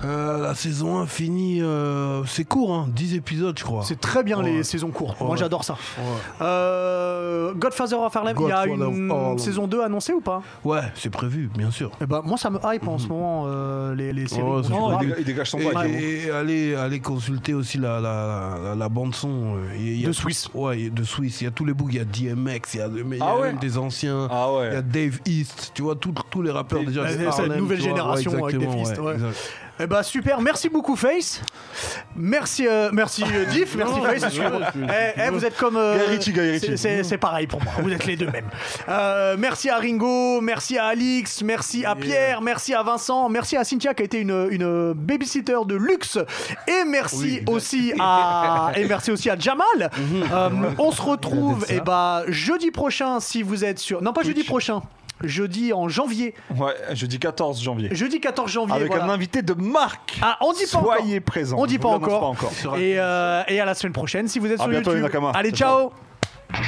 Speaker 3: Euh, la saison 1 finit. euh, c'est court, hein, 10 épisodes, je crois.
Speaker 1: C'est très bien
Speaker 3: Ouais.
Speaker 1: les saisons courtes. Moi
Speaker 3: Ouais.
Speaker 1: j'adore ça.
Speaker 3: Ouais.
Speaker 1: Euh, Godfather of Harlem, il y a
Speaker 3: Godfather of
Speaker 1: une
Speaker 3: Harlem.
Speaker 1: saison 2 annoncée ou pas
Speaker 3: Ouais, c'est prévu, bien sûr.
Speaker 1: Eh ben, Moi ça me hype en ce moment euh, les, les séries.
Speaker 3: Ouais,
Speaker 1: qu'on
Speaker 3: c'est
Speaker 1: voit.
Speaker 2: Non,
Speaker 3: vrai.
Speaker 2: Ah, il, déga- il dégage son
Speaker 3: Et,
Speaker 2: bail. j'avoue.
Speaker 3: et allez, allez consulter aussi la, la, la, la bande son. euh, il y a- il y a
Speaker 1: De
Speaker 3: tout-
Speaker 1: Suisse.
Speaker 3: Ouais, il y a de Suisse. Il y a tous les bouts. Il y a DMX, il y a, mais il y a
Speaker 2: Ah ouais.
Speaker 3: même des anciens.
Speaker 2: Ah
Speaker 3: Il y a
Speaker 2: ouais.
Speaker 3: Dave East. Tu vois, tous- tous les rappeurs
Speaker 2: Dave-
Speaker 3: déjà.
Speaker 1: c'est
Speaker 3: de
Speaker 1: la
Speaker 3: Harlem,
Speaker 1: nouvelle
Speaker 3: tu vois,
Speaker 1: génération avec Dave
Speaker 3: exactement,
Speaker 1: East, ouais.
Speaker 3: exact.
Speaker 1: Eh ben super, merci beaucoup Face. Merci euh, merci euh,
Speaker 2: (laughs)
Speaker 1: Diff, merci Face. parce que- eh, eh, vous êtes comme euh,
Speaker 2: Guy Ritchie, Guy Ritchie.
Speaker 1: c'est- c'est c'est pareil pour moi. Vous êtes les deux mêmes. Euh, merci à Ringo, merci à Alix, merci à Pierre, merci à Vincent, merci à Cynthia qui a été une, une babysitter de luxe et merci
Speaker 2: (laughs)
Speaker 1: aussi à et merci aussi à Jamal.
Speaker 2: Mhm.
Speaker 1: Euh, on se retrouve et bah jeudi prochain si vous êtes sur non pas jeudi prochain, jeudi en janvier,
Speaker 2: Ouais, jeudi 14 janvier.
Speaker 1: jeudi 14 janvier
Speaker 2: Avec
Speaker 1: voilà.
Speaker 2: un invité de marque.
Speaker 1: Ah, on dit pas encore.
Speaker 2: Soyez présents.
Speaker 1: On dit
Speaker 2: Je
Speaker 1: pas
Speaker 2: vous l'annonce
Speaker 1: encore.
Speaker 2: pas encore.
Speaker 1: Et, euh, et à la caméra. et à la semaine prochaine si vous êtes
Speaker 2: À
Speaker 1: sur
Speaker 2: bientôt, les
Speaker 1: YouTube.
Speaker 2: Nakamas.
Speaker 1: Allez,
Speaker 2: Ciao,
Speaker 1: ciao.